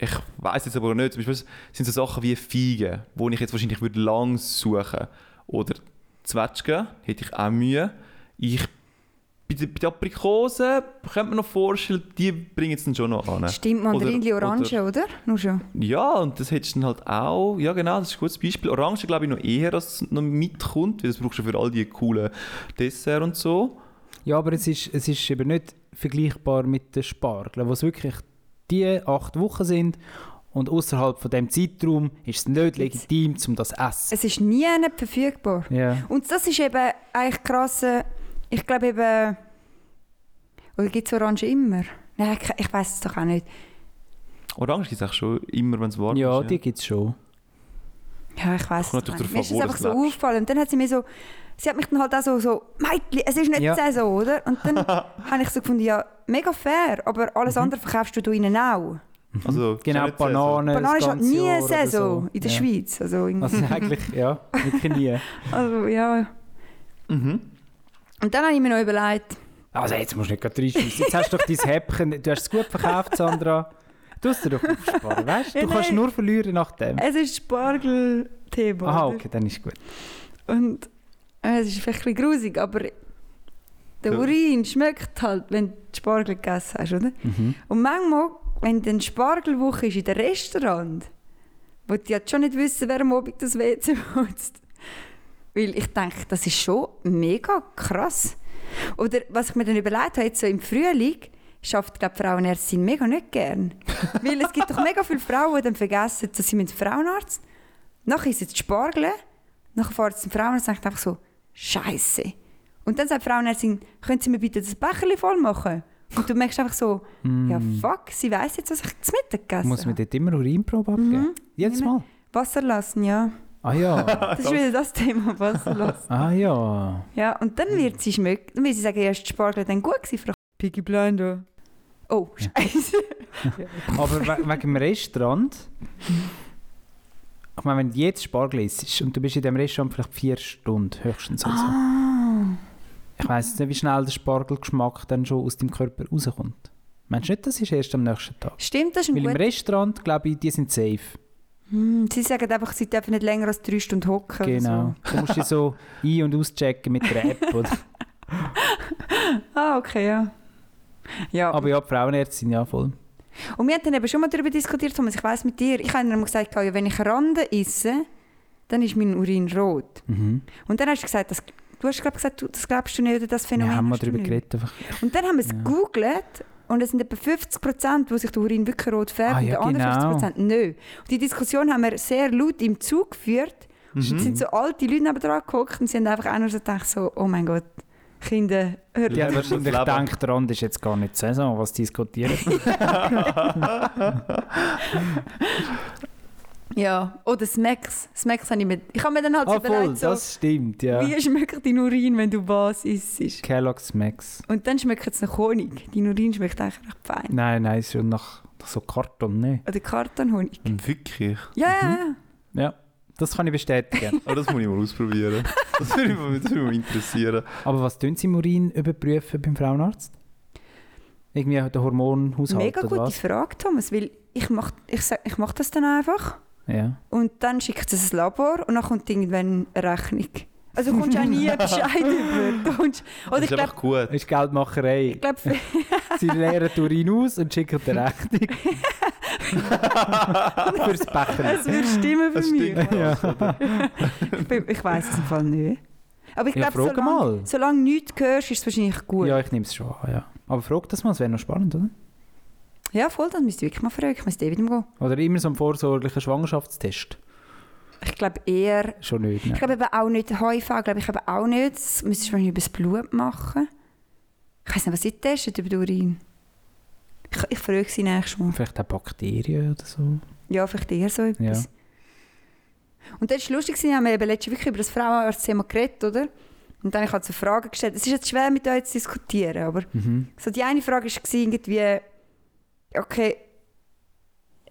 Ich weiß jetzt aber nicht. Zum Beispiel sind so Sachen wie Feigen, wo ich jetzt wahrscheinlich würde lang suchen Oder Zwetschgen hätte ich auch Mühe. Ich, bei den bei den Aprikosen könnte man noch vorstellen, die bringen jetzt dann schon noch an. Stimmt, Mandarinli, Orange, oder? Nur schon. Ja, und das hättest du dann halt auch. Ja, genau, das ist ein gutes Beispiel. Orange glaube ich noch eher, dass es noch mitkommt, weil das brauchst du für all die coolen Desserts und so. Ja, aber es ist, es ist eben nicht vergleichbar mit den Spargeln, wo es wirklich die acht Wochen sind und außerhalb von dem Zeitraum ist es nicht legitim, um das zu essen. Es ist nie einer verfügbar. Ja. Und das ist eben eigentlich krass. äh, Ich glaube eben. Oder gibt es Orange immer? Nein, ich- ich weiß es doch auch nicht. Orange gibt es auch schon immer, wenn es warm Ja, ist. die gibt es schon. Ja, ich weiß es Kommt doch natürlich nicht. Mir ist es darauf an, einfach wo so du lebst. aufgefallen. Und dann hat sie mir so. Sie hat mich dann halt auch so, so Meitli, es ist nicht Ja. die Saison, oder? Und dann habe ich so gefunden, ja, mega fair, aber alles Mhm. andere verkaufst du da innen auch. ja. Also, Genau, so nicht Bananen. Banane das ist halt ganze nie Jahr eine oder Saison so. in der ja. Schweiz. Also, irgendwie- Also eigentlich, ja, wirklich nie. also ja. Saison. Mhm. Und dann habe ich mir noch überlegt, Also jetzt musst du nicht gerade reinschiessen. Jetzt hast du doch dein Häppchen, du hast es gut verkauft, Sandra. Du hast dir doch aufsparen, weißt du? Ja, Du kannst nein. Äh, nur verlieren nach dem. es ist Spargel-Thema. Aha, oder? okay, dann ist gut. Und äh, es ist vielleicht ein bisschen grusig, aber der Ja. Urin schmeckt halt, wenn du Spargel gegessen hast, oder? Mhm. Und manchmal, wenn dann Spargelwoche ist in der Restaurant, wo die halt schon nicht wissen, wer am Abend das WC putzt. Weil ich denke, das ist schon mega krass. Oder was ich mir dann überlegt habe, jetzt so im Frühling, schafft glaube Frauenärztin mega nicht gern. Weil es gibt doch mega viele Frauen, die dann vergessen, dass sie mit Frauenarzt. Nachher ist jetzt Spargel, nachher fährt es zum Frauenarzt und denkt einfach so, Scheiße. Und dann sagt die Frauenärztin, können Sie mir bitte das Becherli voll machen? Und du merkst einfach so, ja fuck, sie weiß jetzt, was ich zu Mittag gegessen Muss man habe. dort immer Urinprobe abgeben? Mhm. Jedes Mal? Wasser lassen, ja. Ah ja, Das ist wieder das Thema, Wasser lassen. ah ja. Ja, und dann wird sie schmecken. Dann wird sie sagen, ja, ist die Spargel dann gut gewesen, Frau Piggy Blinder. Oh, scheiße. Aber we wegen dem Restaurant... Ich meine, wenn du jetzt Spargel isst und du bist in diesem Restaurant vielleicht vier Stunden höchstens oder so. Ah. Ich weiss jetzt nicht, wie schnell der Spargelgeschmack dann schon aus dem Körper rauskommt. Meinst du nicht, das ist erst am nächsten Tag? Stimmt, das ist ein Weil im guter... Restaurant, glaube ich, die sind safe. Hm, Sie sagen einfach, sie dürfen nicht länger als drei Stunden hocken. Genau. Du musst dich so ein- und auschecken mit der App. Oder? So. Ah, okay, ja. Ja, Aber ja, die Frauenärzte sind ja voll. Und wir haben dann eben schon mal darüber diskutiert, Thomas, ich weiss mit dir, ich habe ihm gesagt, ja, wenn ich Rande esse, dann ist mein Urin rot. Mhm. Und dann hast du gesagt, das, du hast glaub, gesagt, du, das glaubst du nicht, oder das Wir Phänomen haben mal hast du darüber nicht. geredet. Einfach. Und dann haben wir es Ja. gegoogelt und es sind etwa 50 Prozent, wo sich der Urin wirklich rot färbt Ah, und ja, der andere genau. 50 Prozent nicht. Und die Diskussion haben wir sehr laut im Zug geführt. Mhm. Und Es sind so alte Leute neben dran gehockt und sie haben einfach auch nur so gedacht, so, oh mein Gott, Kinder, hört Die Ja, haben das ist wahrscheinlich das Leben. gedacht, der Rand ist jetzt gar nicht Saison, was diskutieren. Also Ja, oder Smacks. Smacks habe ich mir... Ich habe mir dann halt so ah, voll, überlegt, so, das stimmt, ja. wie schmeckt dein Urin, wenn du was isst? Kellogg's Max. Und dann schmeckt es nach Honig. Dein Urin schmeckt eigentlich recht fein. Nein, nein, ist schon nach, nach so Karton, ne? Oder Kartonhonig. Wirklich? Mhm. Ja, ja, ja. Ja, das kann ich bestätigen. Aber Oh, das muss ich mal ausprobieren. Das würde mich, das würde mich interessieren. Aber was tun Sie im Urin überprüfen beim Frauenarzt? Irgendwie den Hormonhaushalt Mega oder gute was? Frage, Thomas, weil ich mache ich, sag- ich mach das dann einfach. Ja. Und dann schickt es ein Labor und dann kommt irgendwann eine Rechnung. Also kommst du auch nie Bescheid über. Du kommst- Oder Das ich ist glaube, einfach gut. Ist Geldmacherei. ich glaub, Sie leeren Turin aus und schicken die Rechnung. Fürs Becher. es wird stimmen für Es mich. stinkt Ja. alles, oder? Ich, bin- ich weiß es im Fall nicht. Aber ich Ja, glaube, frag mal. solange, solange du nichts hörst, ist es wahrscheinlich gut. Ja, Ja, ich nehme es schon an, ja. Aber frag das mal, es wäre noch spannend, oder? voll, dann müsst ihr wirklich mal fragen. Ich müsste eh wieder gehen. Oder immer so einen vorsorglichen Schwangerschaftstest. Ich glaube eher... Schon nicht, ne? Ich glaube eben auch nicht HIV, glaube ich eben auch nicht. Das müsstest du wahrscheinlich über das Blut machen. Ich weiß nicht, was sie testen über den Urin. Ich, ich frage sie nächstes Mal. Vielleicht auch Bakterien oder so. Ja, vielleicht eher so etwas. Und das war lustig, gewesen, haben wir eben letztens wirklich über das Frauenarztthema geredet, oder? Und dann habe ich halt so Fragen gestellt. Es ist jetzt schwer, mit euch zu diskutieren, aber Mhm. so die eine Frage war irgendwie, okay,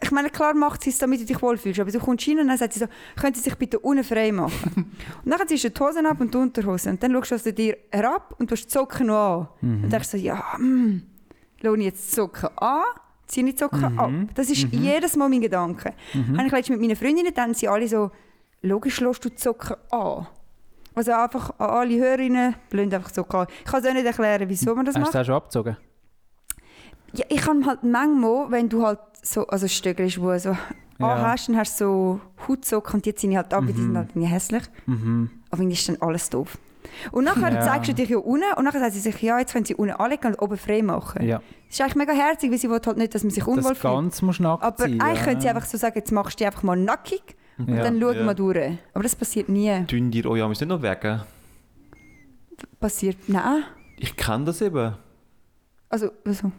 ich meine, klar macht sie es, damit du dich wohlfühlst, aber du kommst rein und dann sagt sie so, können sie sich bitte unfrei machen? und dann ziehst du die Hosen ab und die Unterhosen und dann schaust du also dir herab und du hast die Socken noch an. Mhm. Und denkst so, ja, mm, lohne ich jetzt die Socken an, ziehe ich die Socken Mhm. ab. Das ist jedes Mal mein Gedanke. Habe ich letztens mit meinen Freundinnen, dann haben sie alle so, logisch lässt du die Socken an. Also einfach an alle Hörerinnen, blöd einfach die Socken an. Ich kann es auch nicht erklären, wieso man das Hast du macht. das auch schon abgezogen? Ja, ich kann halt manchmal, wenn du halt so, also Stöckchen, wo so anhast, dann hast du so Hautsocken und die ziehen halt ab, weil die sind halt irgendwie hässlich. Mhm. Aber irgendwie ist dann alles doof. Und nachher Ja. zeigst du dich ja unten und nachher sagen sie sich, ja, jetzt können sie unten anlegen und oben frei machen. Ja. Das ist eigentlich mega herzig, weil sie wollen halt nicht, dass man sich unwohl Das fühlt. Ganze musst du nackt Aber sein. eigentlich ja. können sie einfach so sagen, jetzt machst du dich einfach mal nackig und Ja. dann schauen wir Ja. durch. Aber das passiert nie. Tun dir, oh ja, wir sind noch weg. äh? Passiert, nein. Ich kenne das eben. Also, also.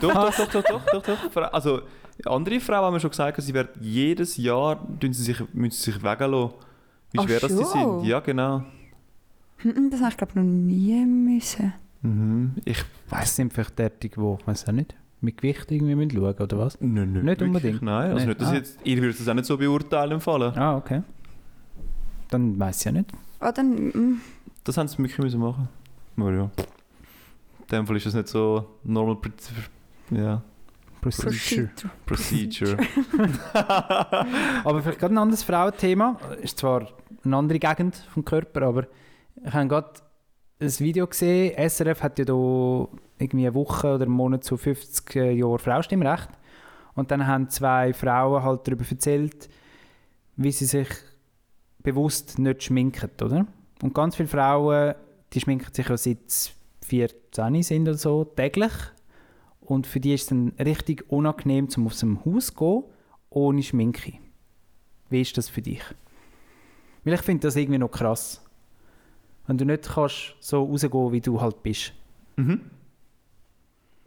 Doch, doch, doch, doch, doch, doch, doch. Fra- Also, andere Frauen haben mir schon gesagt, sie werden jedes Jahr tun sie sich, müssen sie sich weglassen. Wie Ach schwer das sie schon? sind. Ja, genau. Hm, hm, das habe ich glaube noch nie müssen. Mhm. Ich. Das sind vielleicht derartige, die, weiß auch nicht, mit Gewicht irgendwie müssen schauen oder was? Nö, nö, Nicht wirklich unbedingt. Nein, also Nein. nicht, dass Ah. jetzt, ihr würdet das auch nicht so beurteilen im Fall. Ah, okay. Dann weiß ich ja nicht. Ah, dann, hm. Das haben sie wirklich müssen machen. Aber ja. In dem Fall ist das nicht so normal pr ja, Procedure. procedure. Aber vielleicht gerade ein anderes Frauenthema. Ist zwar eine andere Gegend vom Körper, aber ich habe gerade ein Video gesehen. SRF hat ja da irgendwie eine Woche oder einen Monat zu 50 Jahren Frauenstimmrecht. Und dann haben zwei Frauen halt darüber erzählt, wie sie sich bewusst nicht schminken, oder? Und ganz viele Frauen, die schminken sich ja seit sie 14 sind oder so, täglich. Und für die ist es dann richtig unangenehm, zum aus dem Haus zu gehen, ohne Schminke. Wie ist das für dich? Weil ich finde das irgendwie noch krass. Wenn du nicht kannst so rausgehen, wie du halt bist. mhm.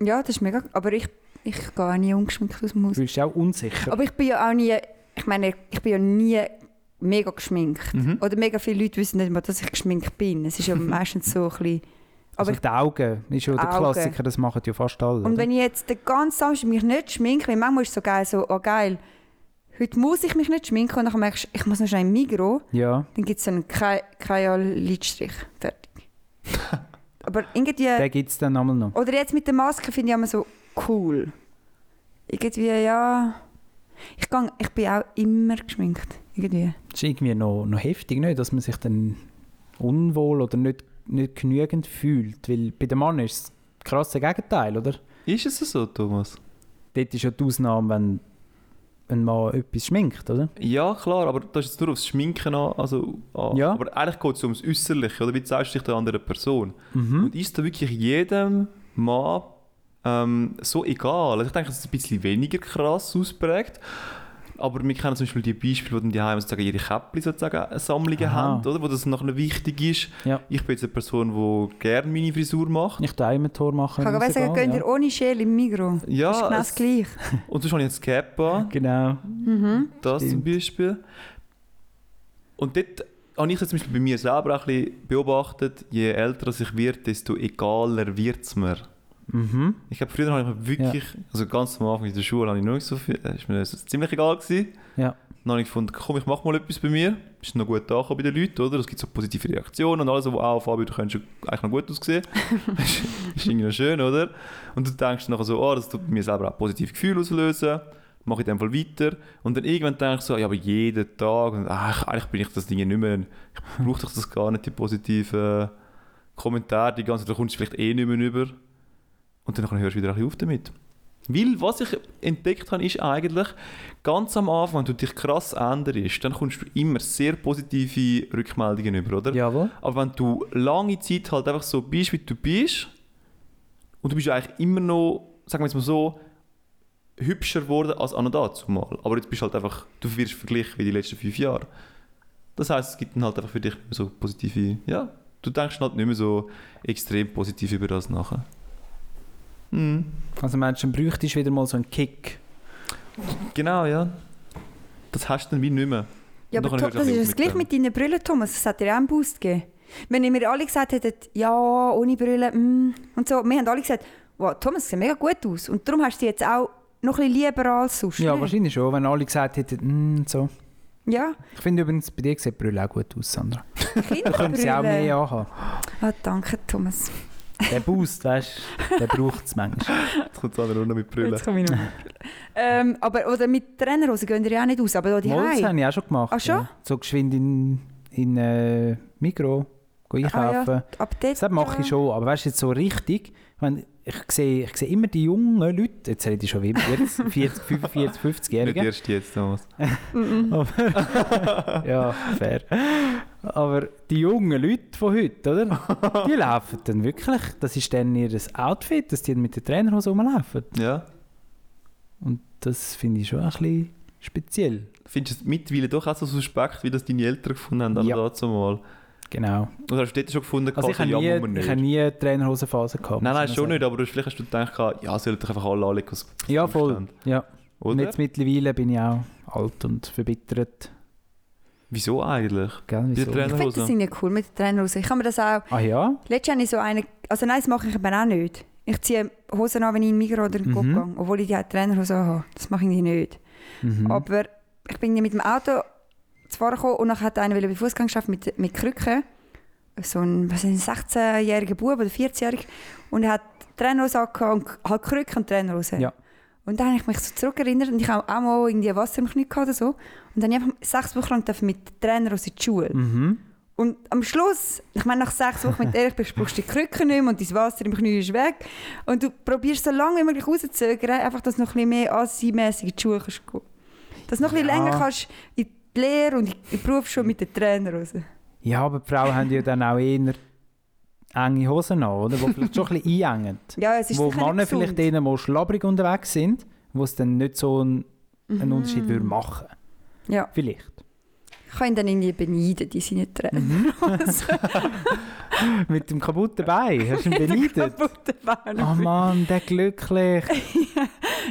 Ja, das ist mega. Aber ich, ich gehe auch nie ungeschminkt aus dem Haus. Du bist auch unsicher. Aber ich bin ja auch nie, ich meine, ich bin ja nie mega geschminkt. Oder mega viele Leute wissen nicht mal, dass ich geschminkt bin. Es ist ja meistens so ein bisschen... also Aber die Augen ist ja der Augen. Klassiker, das machen ja fast alle. ich, und wenn ich jetzt den ganzen Samstag mich nicht schminke, weil manchmal ist es so geil, so, oh geil, heute muss ich mich nicht schminken und dann merkst du, ich muss noch schnell im Migros, oder? ja, dann gibt es dann keinen kein Lidstrich. Fertig. Aber irgendwie... den gibt es dann einmal noch. Oder jetzt mit der Maske finde ich immer so cool. Irgendwie, ja. Ich, gang, ich bin auch immer geschminkt. Irgendwie. Das ist irgendwie noch, noch heftig, nicht? dass man sich dann unwohl oder nicht, nicht genügend fühlt. Weil bei dem Mann ist es das krasse Gegenteil, oder? Ist es so, Thomas? Dort ist ja die Ausnahme, wenn ein Mann etwas schminkt, oder? Ja, klar, aber das ist jetzt nur aufs Schminken an. Also, an. Ja. Aber eigentlich geht es ums Äußerliche, oder? Wie zeigst du dich der anderen Person? Mhm. Und ist da wirklich jedem Mann ähm, so egal? Also ich denke, es ist ein bisschen weniger krass ausprägt. Aber wir kennen zum Beispiel die Beispiele, wo dann die Heime sozusagen ihre Käppchen sozusagen äh, Sammlungen Aha. haben, oder? Wo das nachher wichtig ist. Ja. Ich bin jetzt eine Person, die gerne meine Frisur macht. Ich da immer Tor machen. Ich kann wenn gerade es sagen, egal, gehen ja. wir ohne Schäl im Migros. Ja, das ist genau es- das gleiche. Und sonst habe ich jetzt Cap an, Genau. das Stimmt. zum Beispiel. Und dort habe ich jetzt zum Beispiel bei mir selber auch ein bisschen beobachtet, je älter ich werde, desto egaler wird es mir. Mhm. Ich glaube, früher habe ich mir wirklich, also ganz am Anfang in der Schule habe ich noch nicht so viel, äh, ist mir das ziemlich egal gewesen. Ja. Dann habe ich gefunden, komm, ich mache mal etwas bei mir. Ist noch gut angekommen bei den Leuten, oder? Es gibt so positive Reaktionen und alles, was auch auf Anbieter können schon eigentlich noch gut aussehen. ist, ist irgendwie noch schön, oder? Und du denkst nachher so, oh, das tut bei mir selber auch positive Gefühle auslösen. mache ich in dem Fall weiter. Und dann irgendwann denke ich so, ja, aber jeden Tag, und ach, eigentlich bin ich das Ding ja nicht mehr, ich brauche doch das gar nicht, die positiven Kommentare, die ganze Zeit, da kommst du vielleicht eh nicht mehr rüber. Und dann hörst du wieder ein bisschen auf damit. Weil, was ich entdeckt habe, ist eigentlich, ganz am Anfang, wenn du dich krass änderst, dann kommst du immer sehr positive Rückmeldungen über, oder? Jawohl. Aber wenn du lange Zeit halt einfach so bist, wie du bist, und du bist eigentlich immer noch, sagen wir jetzt mal so, hübscher geworden als an und dazu mal. Aber jetzt bist du halt einfach, du wirst verglichen wie die letzten fünf Jahre. Das heißt, es gibt dann halt einfach für dich nicht mehr so positive, ja, du denkst halt nicht mehr so extrem positiv über das nachher. Mhm. Also Menschen bräuchte ich wieder mal so einen Kick. Genau, ja. Das hast du dann wie nicht mehr. Ja, Und aber dann kann Tom, das ich wirklich ist das gleich mitnehmen. mit deinen Brüllen, Thomas. Es hat dir auch einen Boost gegeben. Wenn ihr mir alle gesagt hättet, ja, ohne Brüllen, mm, und so, wir haben alle gesagt, wow, Thomas sieht mega gut aus. Und darum hast du sie jetzt auch noch ein bisschen lieber als sonst. Ja, ne? wahrscheinlich schon, wenn alle gesagt hätten, mm, so. Ja, Ich finde übrigens, bei dir sieht die Brille auch gut aus, Sandra. Ah, Kinder Können sie auch mehr anhaben. Ah, danke, Thomas. Der Boost, weißt du, der braucht es manchmal. Jetzt kommt es an Runde mit Brüllen. Jetzt komme ich noch. ähm, aber, oder mit Trainerhosen gehen ihr ja auch nicht aus, aber da die Mal, das Hause. habe ich auch schon gemacht. Ach schon? ja. So geschwind in, in äh, Mikro gehen Ah, ja. einkaufen. Ab dort, Das mache ich schon, aber weißt du, jetzt so richtig, ich, meine, ich, sehe, ich sehe immer die jungen Leute, jetzt rede ich schon wieder, 40, 40 45, Nicht 50-Jährige. erst jetzt, Thomas. Ja, fair. Aber die jungen Leute von heute, oder? Die laufen dann wirklich, das ist dann ihr Outfit, dass die mit der Trainerhose rumlaufen. Ja. Und das finde ich schon ein bisschen speziell. Findest du es mittlerweile doch auch so suspekt, wie das deine Eltern gefunden haben, Ja. ja. dazu mal? Genau. Oder hast du dort schon gefunden, Also ich habe quasi, ja, muss man nie, nicht? ich habe nie Trainerhosenphase gehabt. Nein, nein, muss ich schon sagen. nicht, aber du, vielleicht hast du gedacht, ja, sollen doch einfach alle anlegen. aus Ja, voll. Umständen, Ja. Und Oder? jetzt mittlerweile bin ich auch alt und verbittert. Wieso eigentlich? Gell, Die wieso? Ich finde das Trainerhose. irgendwie cool mit den Trainerhosen. Ich kann mir das auch... Ah ja? Letztes habe ich so eine... Also nein, das mache ich eben auch nicht. Ich ziehe Hosen an, wenn ich in den Migros oder in den Coop Mhm. gehe, obwohl ich die auch Trainerhosen habe. Das mache ich nicht. Mhm. Aber ich bin mit dem Auto zu fahren gekommen und dann hat einer bei Fußgängerschaft mit, mit Krücken, so ein, was ist, ein 16-jähriger Bub oder 14-jähriger, und er hat Trainerhose angehabt und halt Krücken und Trainerhose. Ja. Und dann habe ich mich so zurückerinnert und ich habe auch mal irgendwie Wasser im Knie gehabt oder so. Und dann habe ich einfach sechs Wochen lang dürfen mit Trainerhose in die Schule. Mhm. Und am Schluss, ich meine, nach sechs Wochen mit Erich bist, brauchst du die Krücken nicht mehr und dein Wasser im Knie ist weg. Und du probierst so lange wie möglich rauszuzögern, einfach, dass du noch ein bisschen mehr ansinnmässig in die Schuhe kannst gehen. Dass du noch ein bisschen Ja. länger kannst in die Lehre und in die Berufsschule mit den Trainern raus. Ja, aber die Frauen haben ja dann auch eher enge Hosen an, oder? Die vielleicht schon ein bisschen einengen. Ja, es ist Wo sicher Männer nicht gesund. vielleicht denen mal schlabrig unterwegs sind, wo es dann nicht so einen, einen Unterschied würde machen Mhm. Ja, Vielleicht. ich kann ihn dann irgendwie beneiden, die seine Trainerhose. Mit dem kaputten Bein. Hast du ihn beneidet? Oh Mhm. Mann, der glücklich.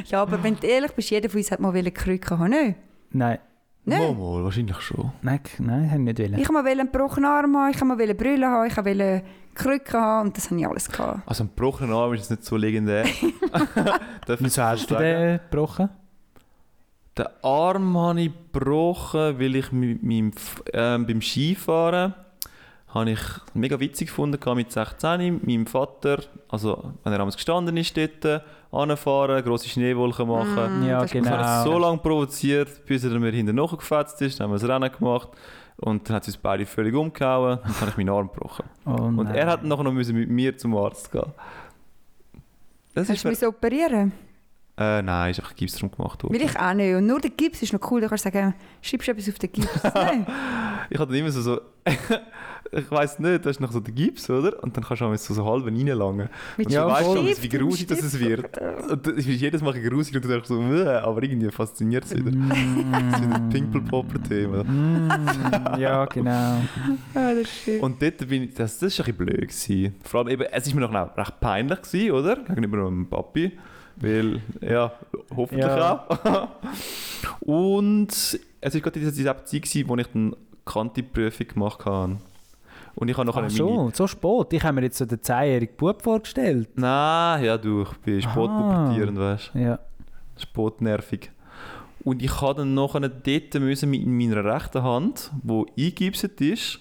ja, aber wenn du ehrlich bist, jeder von uns hat mal wollen Krücken haben, nicht? Nein, Nein. Momo, wahrscheinlich schon. nein, k- nein, haben nicht wollen. Ich wollte einen gebrochenen Arm haben, ich wollte Brille haben, ich wollte Krücken haben und das habe ich alles gehabt. Also ein gebrochener Arm ist jetzt nicht so legendär. Darf ich Wieso hast du sagen? den gebrochen? Den Arm habe ich gebrochen, weil ich mit meinem, F- ähm, beim Skifahren habe ich mega witzig gefunden gehabt mit 16 mit meinem Vater, also wenn er damals gestanden ist dort, anfahren, grosse Schneewolken machen. Ja, Mhm, das ist Ich habe genau. es so lange provoziert, bis er mir hinten nachgefetzt ist, dann haben wir das Rennen gemacht und dann hat es uns beide völlig umgehauen und dann habe ich meinen Arm gebrochen. Oh, Und nein. er hat nachher noch müssen mit mir zum Arzt gehen. Das Hast ist du mir... mich operieren? Äh, nein, ist einfach Gips drum gemacht worden. Will ich auch nicht. Und nur der Gips ist noch cool. Da kannst du sagen, schreibst du etwas auf den Gips? Nein. Ich hatte immer so, so ich weiß nicht, da ist noch so der Gips, oder? Und dann kannst du auch so, so halb reinlangen. Mit Und Ja, du weißt voll. schon, wie Stift und grusig das es Stift. wird. Und das ist jedes Mal grusig und du denkst so, «Uäh», aber irgendwie fasziniert es wieder. Mm. Das ist wieder das Pimple-Popper-Thema. Mm, ja, genau. Ah, das ist schön. Und dort bin ich, das, das ist ein bisschen blöd gewesen. Vor allem eben, es ist mir noch auch recht peinlich gewesen, oder? Gegenüber meinem Papi. Weil, ja, hoffentlich Ja. auch. Und es war gerade diese, diese Zeit, gewesen, wo ich dann Kanti-Prüfung gemacht habe. Und ich habe noch Ach eine so, so spät. Ich habe mir jetzt so den 10-jährigen Bub vorgestellt. Nein, ja du, ich bin Ah. sportpubertierend, weißt Ja. du. Sportnervig. Und ich habe dann nachher dort müssen mit meiner rechten Hand, die eingegipset ist,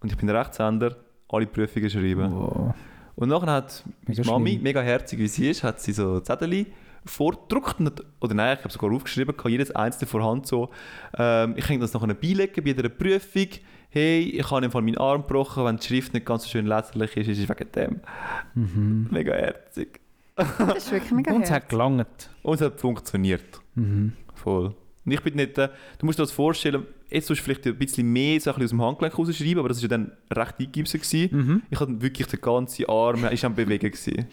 und ich bin Rechtshänder, alle Prüfungen schreiben. Wow. Und nachher hat Mega Mami, schlimm. mega herzig wie sie ist, hat sie so Zettel vordruckt. und- Oder nein, ich habe sogar aufgeschrieben, gehabt, jedes einzelne vorhand so. Ähm, ich kann das nachher beilegen bei jeder Prüfung. Hey, ich habe im Fall meinen Arm gebrochen, wenn die Schrift nicht ganz so schön leserlich ist, ist es wegen dem. Mega herzig. Das ist wirklich mega Mhm. Und es hart. hat gelangt. Und es hat funktioniert. Mhm. Voll. Und ich bin nicht, äh, du musst dir das vorstellen, jetzt musst du vielleicht ein bisschen mehr so ein bisschen aus dem Handgelenk rausschreiben, aber das war ja dann recht eingipsen. Gewesen. Mhm. Ich hatte wirklich den ganzen Arm, ist am Bewegen. Gewesen.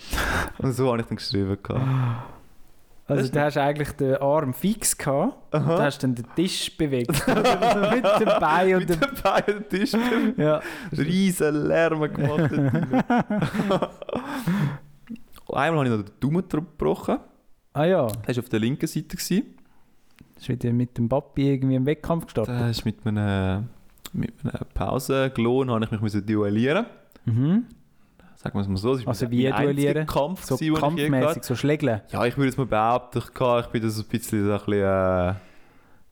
Und so habe ich dann geschrieben. gehabt. Also Das- du hast eigentlich den Arm fix gehabt und Aha. hast dann den Tisch bewegt. Also mit dem Bein und Mit dem... dem Bein am Tisch. Ja. Riesen Lärm gemacht. dort drin. Und Einmal habe ich noch den Daumen drauf gebrochen. Ah ja, Das war auf der linken Seite. Gewesen. ist wieder mit dem Papi irgendwie im Wettkampf gestartet. Da ist mit einer, mit einer Pause gelohnt, habe ich mich müssen duellieren. Mhm. Sagen wir es mal so. Es war Also mein wie einziger duellieren? Kampf, So gewesen, den ich je gehabt habe. kampfmäßig, so schlägeln. Ja, ich würde jetzt mal behaupten, ich, kann, ich bin da so ein bisschen, so ein bisschen äh,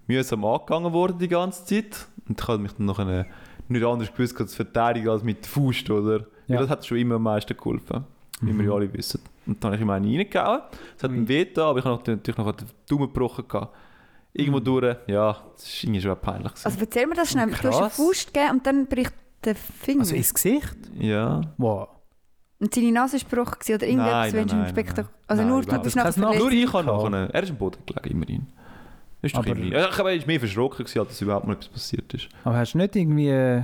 mühsam angegangen worden die ganze Zeit. Und ich habe mich dann noch eine, nicht anders gewusst, als zu verteidigen als mit der Faust, oder? Weil Ja. Mhm. das hat schon immer am meisten geholfen, wie wir ja alle wissen. Und dann habe ich ihm einen reingehauen. Es hat Ui. einen weh getan, aber ich habe natürlich noch den Daumen gebrochen. gehabt. Mhm. Irgendwo durch, ja, das ist irgendwie schon auch peinlich. gewesen. Also erzähl mir das schnell. Du hast eine Krass. Faust gegeben und dann bricht der Finger. Also ins Gesicht? ja. Wow. und seine Nase ist gebrochen gewesen oder irgendetwas, Nein, wenn nein, du im nein, Spektakel... nein. Also Nein, nur, du überhaupt bist nicht. nachher Kein Nach- verletzt. Nur ich kann gehabt. nachher. Er ist am Boden gelegen, immerhin. Ist doch Aber- immerhin. Ja, Ich war mehr verschrocken, gewesen, als dass überhaupt mal etwas passiert ist. Aber hast du nicht irgendwie äh,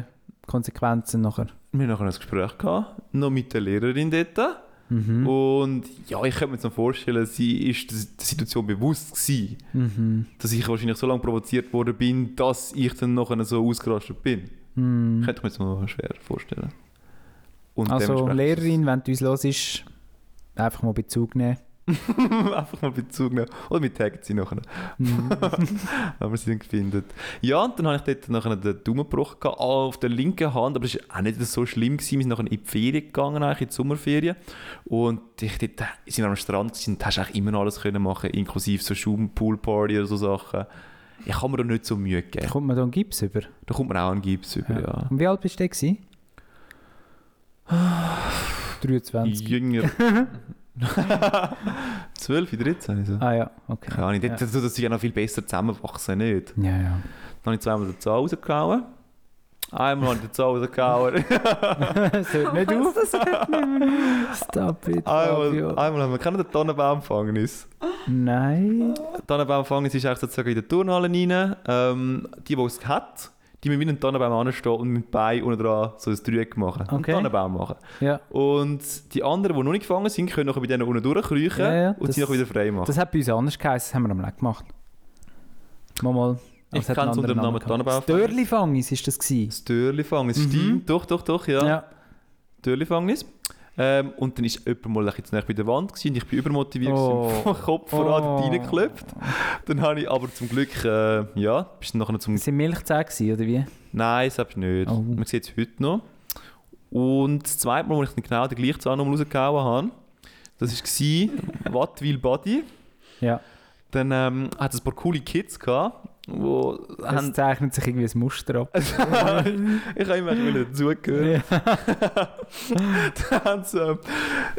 Konsequenzen nachher? Wir hatten nachher ein Gespräch, gehabt, noch mit der Lehrerin dort. Mhm. Und ja, ich könnte mir jetzt noch vorstellen, sie ist der der Situation bewusst gewesen, Mhm. dass ich wahrscheinlich so lange provoziert worden bin, dass ich dann nachher so ausgerastet bin. Mhm. Könnte ich mir jetzt noch schwer vorstellen. Und Also dementsprechend- Lehrerin, wenn du uns los ist, einfach mal Bezug nehmen. Einfach mal Bezug nehmen. Oder wir taggen sie nachher. Mhm. wenn man sie dann findet. Ja, und dann habe ich dort nachher den Daumenbruch gehabt, auch auf der linken Hand, aber es war auch nicht so schlimm. Gewesen. Wir sind nachher in die Ferien gegangen, eigentlich in die Sommerferien. Und ich dort, äh, sind wir am Strand gewesen, und hast eigentlich immer noch alles können machen, inklusive so Schaumpoolparty oder so Sachen. Ich habe mir da nicht so Mühe Da gegeben. kommt man da einen Gips über. Da kommt man auch einen Gips über, ja. Und wie alt bist du? Gewesen? 23. Jünger. 12, 13, also. Ah ja, okay. Keine Ahnung, dort, Ja. das tut sich ja noch viel besser zusammenwachsen, nicht? Ja, ja. Dann habe ich zweimal den Zahn rausgehauen. Einmal habe ich den Zahn rausgehauen. Es hört nicht auf. Stop it, Fabio. Einmal, einmal haben wir kennen den Tannenbaumfängnis. Nein. Tannenbaumfängnis ist eigentlich sozusagen in der Turnhalle rein. Ähm, die, die es hat, die müssen wie ein Tannenbaum anstehen und mit dem Bein unten dran so ein Dreieck machen. Und Okay. einen Tannenbaum machen. Ja, Und die anderen, die noch nicht gefangen sind, können nachher bei denen unten durchkriechen Ja, ja, und das- sie nachher wieder frei machen. das hat bei uns anders geheißen, das haben wir am Leck gemacht. Mal mal. Ich Es hat kenn's einen unter dem anderen Namen gehabt. Tannenbaum. Dörlifangis ist das gewesen. Das Türlifängnis, Mhm. stimmt, doch, doch, doch, ja. Ja. Türlifängnis. Ähm, und dann ist jemand mal ein bisschen zu nahe bei der Wand gewesen, und ich bin übermotiviert Oh. oh. vom Kopf voran Oh. oh. reingeklopft. Dann habe ich aber zum Glück, äh, ja, bist du nachher zum... Das sind Milchzähne gewesen, oder wie? Nein, selbst nicht. Oh. Man sieht es heute noch. Und das zweite Mal, wo ich dann genau den gleichen Zahn nochmal rausgehauen habe, das war Wattwil Body. Ja. Dann ähm, hat es ein paar coole Kids gehabt, die... Es Haben, zeichnet sich irgendwie ein Muster ab. ich habe immer ein bisschen dazugehört. Dann haben sie, ähm,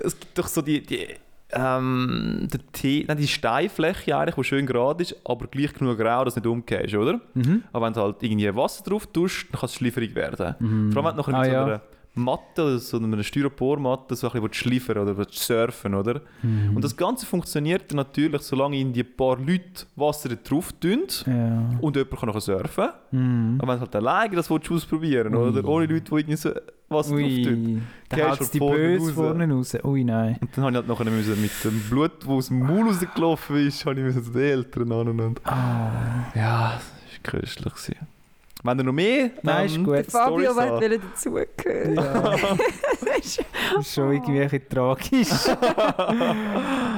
es gibt doch so die, die, ähm, die, Tee, nein, die Steinfläche eigentlich, die schön gerade ist, aber gleich genug grau, dass du nicht umgehst, oder? Mhm. Aber wenn du halt irgendwie Wasser drauf tust, dann kann es schliffrig werden. Mhm. Vor allem wenn du nachher Ah, mit so ja. einer Matte oder so einer Styropormatte so ein bisschen willst schliffern oder willst surfen, oder? Mhm. Hm. Und das Ganze funktioniert natürlich, solange in die paar Leute Wasser drauf tun Ja. und jemand kann nachher surfen. Mhm. Aber wenn du halt alleine das willst, ausprobieren Ui. oder? Ohne Leute, die irgendwie so Wasser drauf tun. Ui, Gehst da haut halt die vorne Böse raus. vorne raus. Ui, nein. Und dann habe ich halt nachher müssen mit dem Blut, das aus dem Maul rausgelaufen ist, habe ich müssen zu den Eltern an und an. Ah. Ja, das war köstlich. gewesen. Wenn ihr noch mehr... Nein, ist gut. Der Fabio Storys an. wollte dazugehören. Ja. Das ist schon irgendwie ein bisschen tragisch.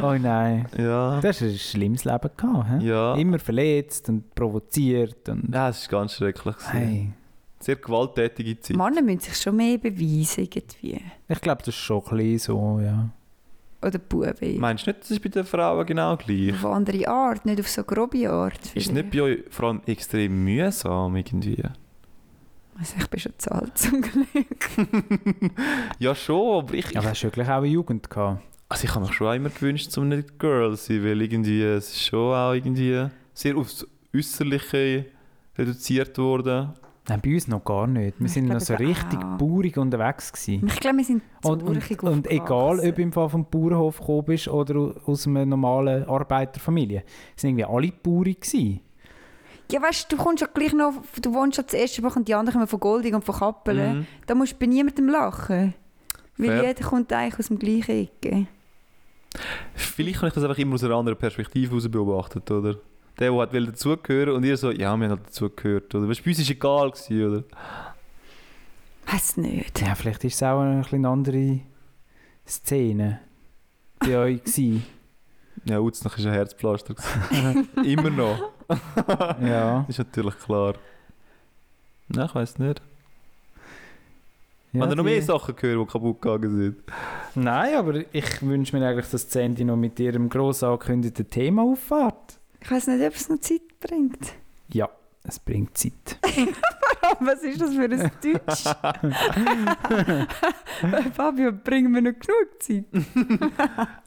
oh nein. Ja. Du hast ein schlimmes Leben gehabt. He? Ja. Immer verletzt und provoziert. Und Ja, es war ganz schrecklich. gewesen. hey. Sehr gewalttätige Zeit. Männer müssen sich schon mehr beweisen irgendwie. Ich glaube, das ist schon ein bisschen so, ja. Oder Buben. Meinst du nicht, das ist bei den Frauen genau gleich? Auf andere Art, nicht auf so grobe Art. Ist vielleicht. nicht bei euch vor allem extrem mühsam irgendwie? also ich bin schon zu alt zum Glück. Ja schon, aber ich... Aber hast du wirklich auch eine Jugend gehabt? Also ich habe mich schon immer gewünscht, um eine Girl zu sein, weil irgendwie es ist schon auch irgendwie sehr aufs Äußerliche reduziert worden. Nein, bei uns noch gar nicht. Wir Ich sind glaube, noch so ich bin richtig auch. baurig unterwegs gewesen. Ich glaube, wir sind Und, und, zurück und egal, ob aufgewachsen. du im Fall vom Bauernhof gekommen bist oder au- aus einer normalen Arbeiterfamilie, es waren irgendwie alle baurig. Gewesen. Ja, weißt du, du kommst ja gleich noch, du wohnst schon zuerst erste Woche und die anderen kommen von Golding und von Kappeln. Mhm. Da musst du bei niemandem lachen. Weil Fair. jeder kommt eigentlich aus dem gleichen Ecke. Vielleicht habe ich das einfach immer aus einer anderen Perspektive heraus beobachtet, oder? Der, der hat will dazugehören und ihr so, ja, wir haben halt dazugehört, oder? Weißt, du, bei uns war es egal, gewesen, oder? Weiß nicht. Ja, vielleicht ist es auch eine, ein eine andere Szene bei euch. Gewesen. Ja, Uznach war ein Herzpflaster. gewesen. immer noch. Ja. Ist natürlich klar. Nein, ich weiß nicht. ja Haben ihr noch die- mehr Sachen gehört, die kaputt gegangen sind? Nenein, aber ich wünsche mir eigentlich, dass die Sandy noch mit ihrem gross angekündigten Thema auffahrt. Ich weiß nicht, ob es noch Zeit bringt. Ja, es bringt Zeit. Was ist das für ein Deutsch? Fabio, bringen wir noch genug Zeit?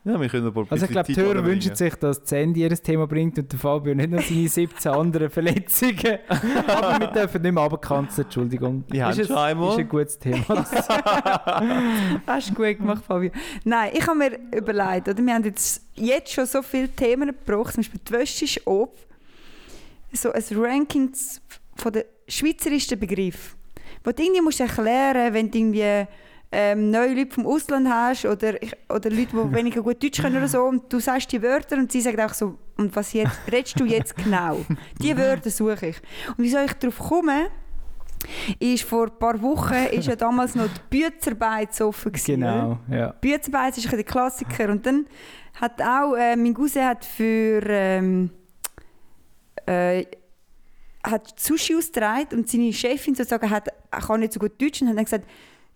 Ja, wir können ein paar Also ich glaube, die Hörer wünschen sich, dass die Sandy ihr Thema bringt und der Fabio nicht noch seine 17 anderen Verletzungen. aber wir dürfen nicht mehr runterkanzeln, Entschuldigung. Ja, ist, schon ein, einmal. ist ein gutes Thema. Hast du gut gemacht, Fabio. Nein, ich habe mir überlegt, oder? wir haben jetzt, jetzt schon so viele Themen gebraucht, zum Beispiel die Wäsche ist ob. So ein Ranking z- von den schweizerischen Begriff. Wo du irgendwie musst erklären wenn du irgendwie ähm, neue Leute vom Ausland hast oder, ich- oder Leute, die weniger gut Deutsch können oder so und du sagst die Wörter und sie sagt auch so, und was jetzt, redest du jetzt genau? Die Wörter suche ich. Und wie soll ich darauf kommen? Ist vor ein paar Wochen ist ja damals noch die Büzerbeiz offen. gewesen, oder? genau, ja. Büezenbeiz ist ein bisschen der Klassiker. Und dann hat auch, äh, mein Cousin hat für, ähm, äh, hat Sushi ausgetragen und seine Chefin sozusagen hat, kann nicht so gut Deutsch und hat dann gesagt,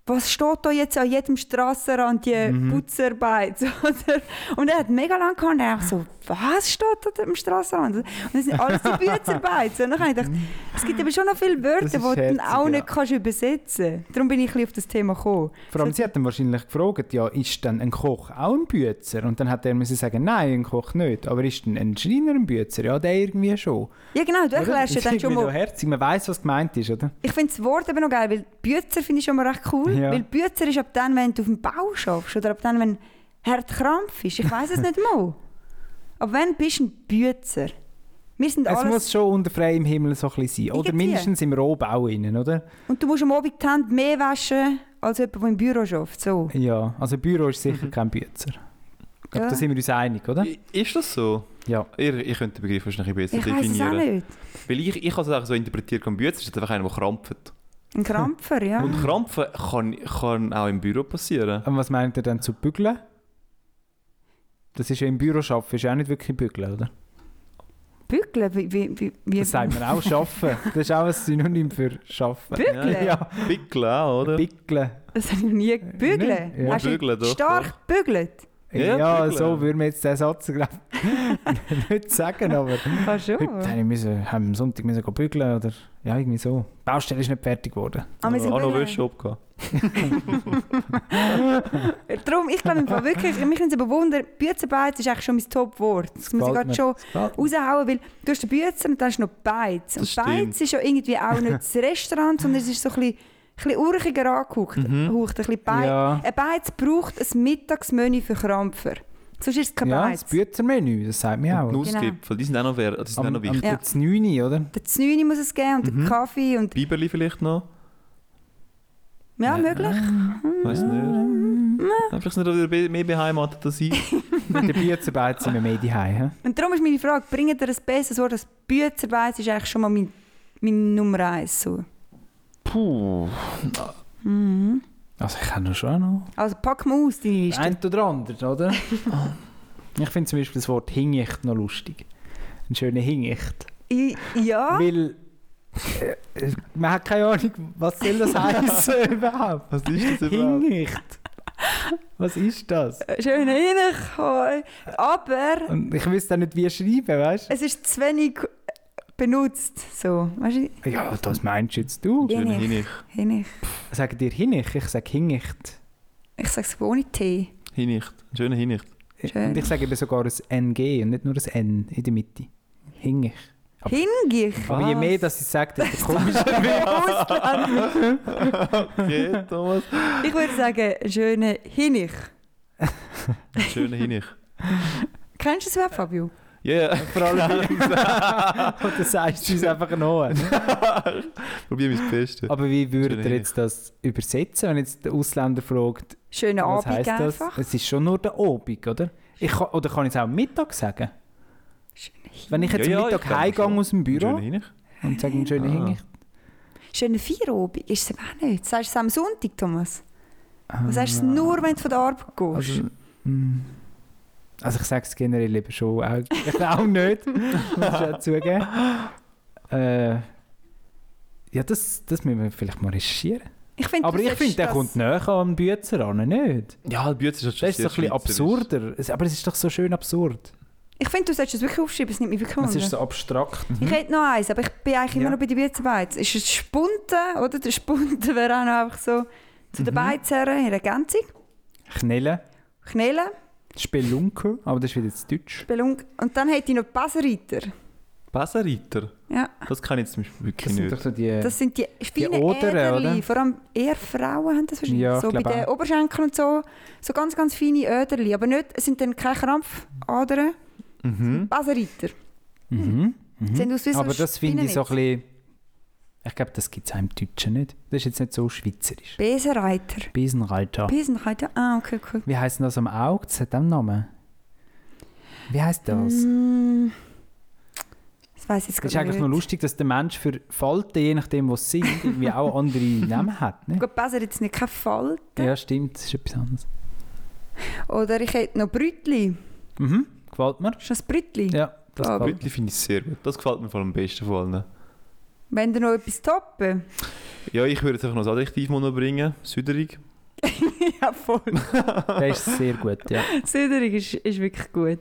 was steht da jetzt an jedem Strassenrand, die Mhm. Putzarbeit? Oder? Und er hat mega lange gehabt und er auch so, was steht da am Strassenrand? Und das sind alles die Putzarbeit. Und dann habe ich gedacht, es gibt aber schon noch viele Wörter, Das die ist du dann herzig, auch nicht ja. kannst übersetzen kannst. Darum bin ich ein bisschen auf das Thema gekommen. Vor allem, sie hat dann wahrscheinlich gefragt, ja, ist dann ein Koch auch ein Bützer? Und dann hat er müssen sagen, nein, ein Koch nicht. Aber ist denn ein Schreiner ein Bützer? Ja, der irgendwie schon. Ja genau, du erklärst ja Das dann ist schon irgendwie mal noch herzig. Man weiß, was gemeint ist, oder? Ich finde das Wort eben noch geil, weil Bützer finde ich schon mal recht cool. Ja. Weil Bützer ist ab dann, wenn du auf dem Bau schaffst oder ab dann, wenn Herdkrampf ist. Ich weiß es nicht mal. Aber wenn bist du ein Bützer? Wir sind Es alles... muss schon unter freiem Himmel so ein bisschen sein. Oder Irgendwie. mindestens im Rohbau innen, oder? Und du musst am Abend die Hände mehr waschen, als jemand, der im Büro schafft. So. Ja, also Büro ist sicher kein Bützer. Ich glaube, Mhm. Ja. da sind wir uns einig, oder? Ist das so? Ja. Ihr, ihr könnt den Begriff wahrscheinlich besser Ich weiß es auch definieren. nicht. Weil ich, ich habe es auch so interpretiert, Computer ist einfach einer, der krampft. Ein Krampfer, ja. Und krampfen kann, kann auch im Büro passieren. Und was meint ihr denn zu bügeln? Das ist ja im Büro arbeiten, ist ja auch nicht wirklich bügeln, oder? Bügeln? Wie, wie, wie, wie Das sagt man auch, schaffen. Das ist auch ein Synonym für schaffen. Bügeln? Ja, Pickel auch, oder? Bickeln. Das habe ich noch nie... Bügeln? Ja. Hast du Bügeln, doch, stark gebügelt? Ja, Ja, bügeln. so würden wir jetzt diesen Satz glaub, nicht sagen, aber Ah, schon. heute haben wir, müssen, haben wir am Sonntag müssen gehen bügeln oder ja, irgendwie so. Die Baustelle ist nicht fertig geworden. Ah, wir sind auch noch bügeln. Wäsche abgegeben. Darum, ich glaube im Fall wirklich, mich nimmt es aber Wunder, Büzenbeiz ist eigentlich schon mein Top-Wort. Das muss ich gefällt gerade mir. schon Bald- raushauen, weil du hast den Büzen und dann hast du noch Beiz. Und Das Beiz stimmt. ist ja irgendwie auch nicht das Restaurant, sondern es ist so ein bisschen, ein bisschen urchiger angehaucht. angehaucht, Ein bisschen Beiz. Mhm. Ja. Ein Beiz braucht ein Mittagsmenü für Krampfer. Sonst ist es kein Ja, das Beiz. Bützermenü, das sagt mir auch. Die Nussgipfel, Genau. die sind auch noch, wer- die sind Ah, auch noch am, am wichtig. Ja. ja. 9, oder? Der Znüni muss es geben und Mhm. der Kaffee und... Biberli vielleicht noch? Ja, möglich. Weiß nicht. Mm. Einfach sind wir wieder mehr beheimatet als ich. Mit den Bützerbeiten sind wir mehr daheim. Und darum ist meine Frage, bringt ihr ein besseres Wort als Büzenbeiz? ist eigentlich schon mal mein, mein Nummer eins. So. Puh. Also ich kann das schon noch. Also pack mal aus, deine Liste. Ein oder andere, oder? ich finde zum Beispiel das Wort Hingicht noch lustig. Ein schöner Hingicht. I- Ja, Weil äh, äh, man hat keine Ahnung, was soll das heißen überhaupt? Was ist das überhaupt? Hingicht. Was ist das? schön reinkommen. Aber Und ich wüsste auch nicht, wie schreiben, weißt es ist zu wenig benutzt. So, weißt du, du? Ja, das meinst jetzt du. Schön Hinich. hinig. Hinich. Sag dir Hingicht, ich sag Hingicht. Ich sage es ohne T. Hinicht. Ein schöner Hinicht. Schön. Und ich sage eben sogar ein NG und nicht nur ein N in der Mitte. Hingich. Hingich. Aber je Was? mehr, dass ich sage, desto komischer okay, Thomas. Ich würde sagen, einen schönen Hinich. Ein schöner Hinicht. Kennst du das Web, Fabio? Yeah. Vor allem, oder sagst du es einfach noch. Probier mein Bestes. Aber wie würdet Schöner ihr jetzt das übersetzen, wenn jetzt der Ausländer fragt, Schönen was Abend heisst das? einfach. Es ist schon nur der Obig, oder? Ich kann, oder kann ich es auch Mittag sagen? Schönen Wenn ich jetzt Ja, ja, am Mittag ich glaube heimgehe schon. aus dem Ein Büro schöner Hinicht. und sage einen schönen Ah. Hingicht. Schönen Feierabend ist es aber auch nicht. Sagst du es am Sonntag, Thomas? Du sagst es nur, wenn du von der Arbeit gehst. Ah. Also, mm. also ich sage es generell lieber schon auch, ich auch nicht, muss ich auch zugeben. Äh, ja, das, das müssen wir vielleicht mal recherchieren. ich find, Aber du ich sollst finde, der das- kommt näher an Bützer ran, nicht? Ja, der Bütz ist halt schon Das ist sehr doch ein bisschen schweizerisch. absurder, Es- aber es ist doch so schön absurd. Ich finde, du solltest es wirklich aufschreiben, es nimmt mich wirklich Es wunder. ist so abstrakt. Ich hätte noch eins, aber ich bin eigentlich Hm? Ja. immer noch bei den Beizenbeiz. Ist es Spunten, oder? Der Spunten wäre auch noch einfach so zu den Mhm. Beizherren in Ergänzung. Knellen, Knellen, Spelunke, aber das ist wieder zu deutsch. Belung. Und dann hätte ich noch die Baselreiter. Besenreiter? Ja. Das kann ich zum Beispiel wirklich Das sind doch nicht. so die... Das sind die feinen Oderen, Äderli. oder? Vor allem eher Frauen haben das wahrscheinlich. Ja, ich so bei glaub den auch. Oberschenkeln und so. So ganz, ganz feine Äderli. Aber nicht, es sind dann keine Krampfadern. Mhm. Baselreiter. mhm. Mhm. Sind aus wie so Aber das finde ich so ein Spinnennetz. bisschen... Ich glaube, das gibt es auch im Deutschen nicht. Das ist jetzt nicht so schweizerisch. Besenreiter. Besenreiter. Besenreiter. Ah, okay, cool. Wie heisst denn das am Auge? Das hat auch einen Namen. Wie heisst das? Mm. Das weiß Es ich jetzt ist gerade eigentlich nicht. noch lustig, dass der Mensch für Falten, je nachdem, was sie sind, irgendwie auch andere Namen hat. Ne? Gut, besser jetzt nicht kein Fall. Ja, stimmt, das ist etwas anderes. Oder ich hätte noch Brütli. Mhm, gefällt mir. Ist das Brütli? Ja, das Ah, gefällt Brötchen finde ich sehr gut. Das gefällt mir vor allem am besten von allen. Wenn ihr noch etwas toppen? Ja, ich würde jetzt einfach noch das Adjektiv mal noch bringen. Süderig. ja, voll. mir. Der ist sehr gut, ja. Söderung ist, ist wirklich gut.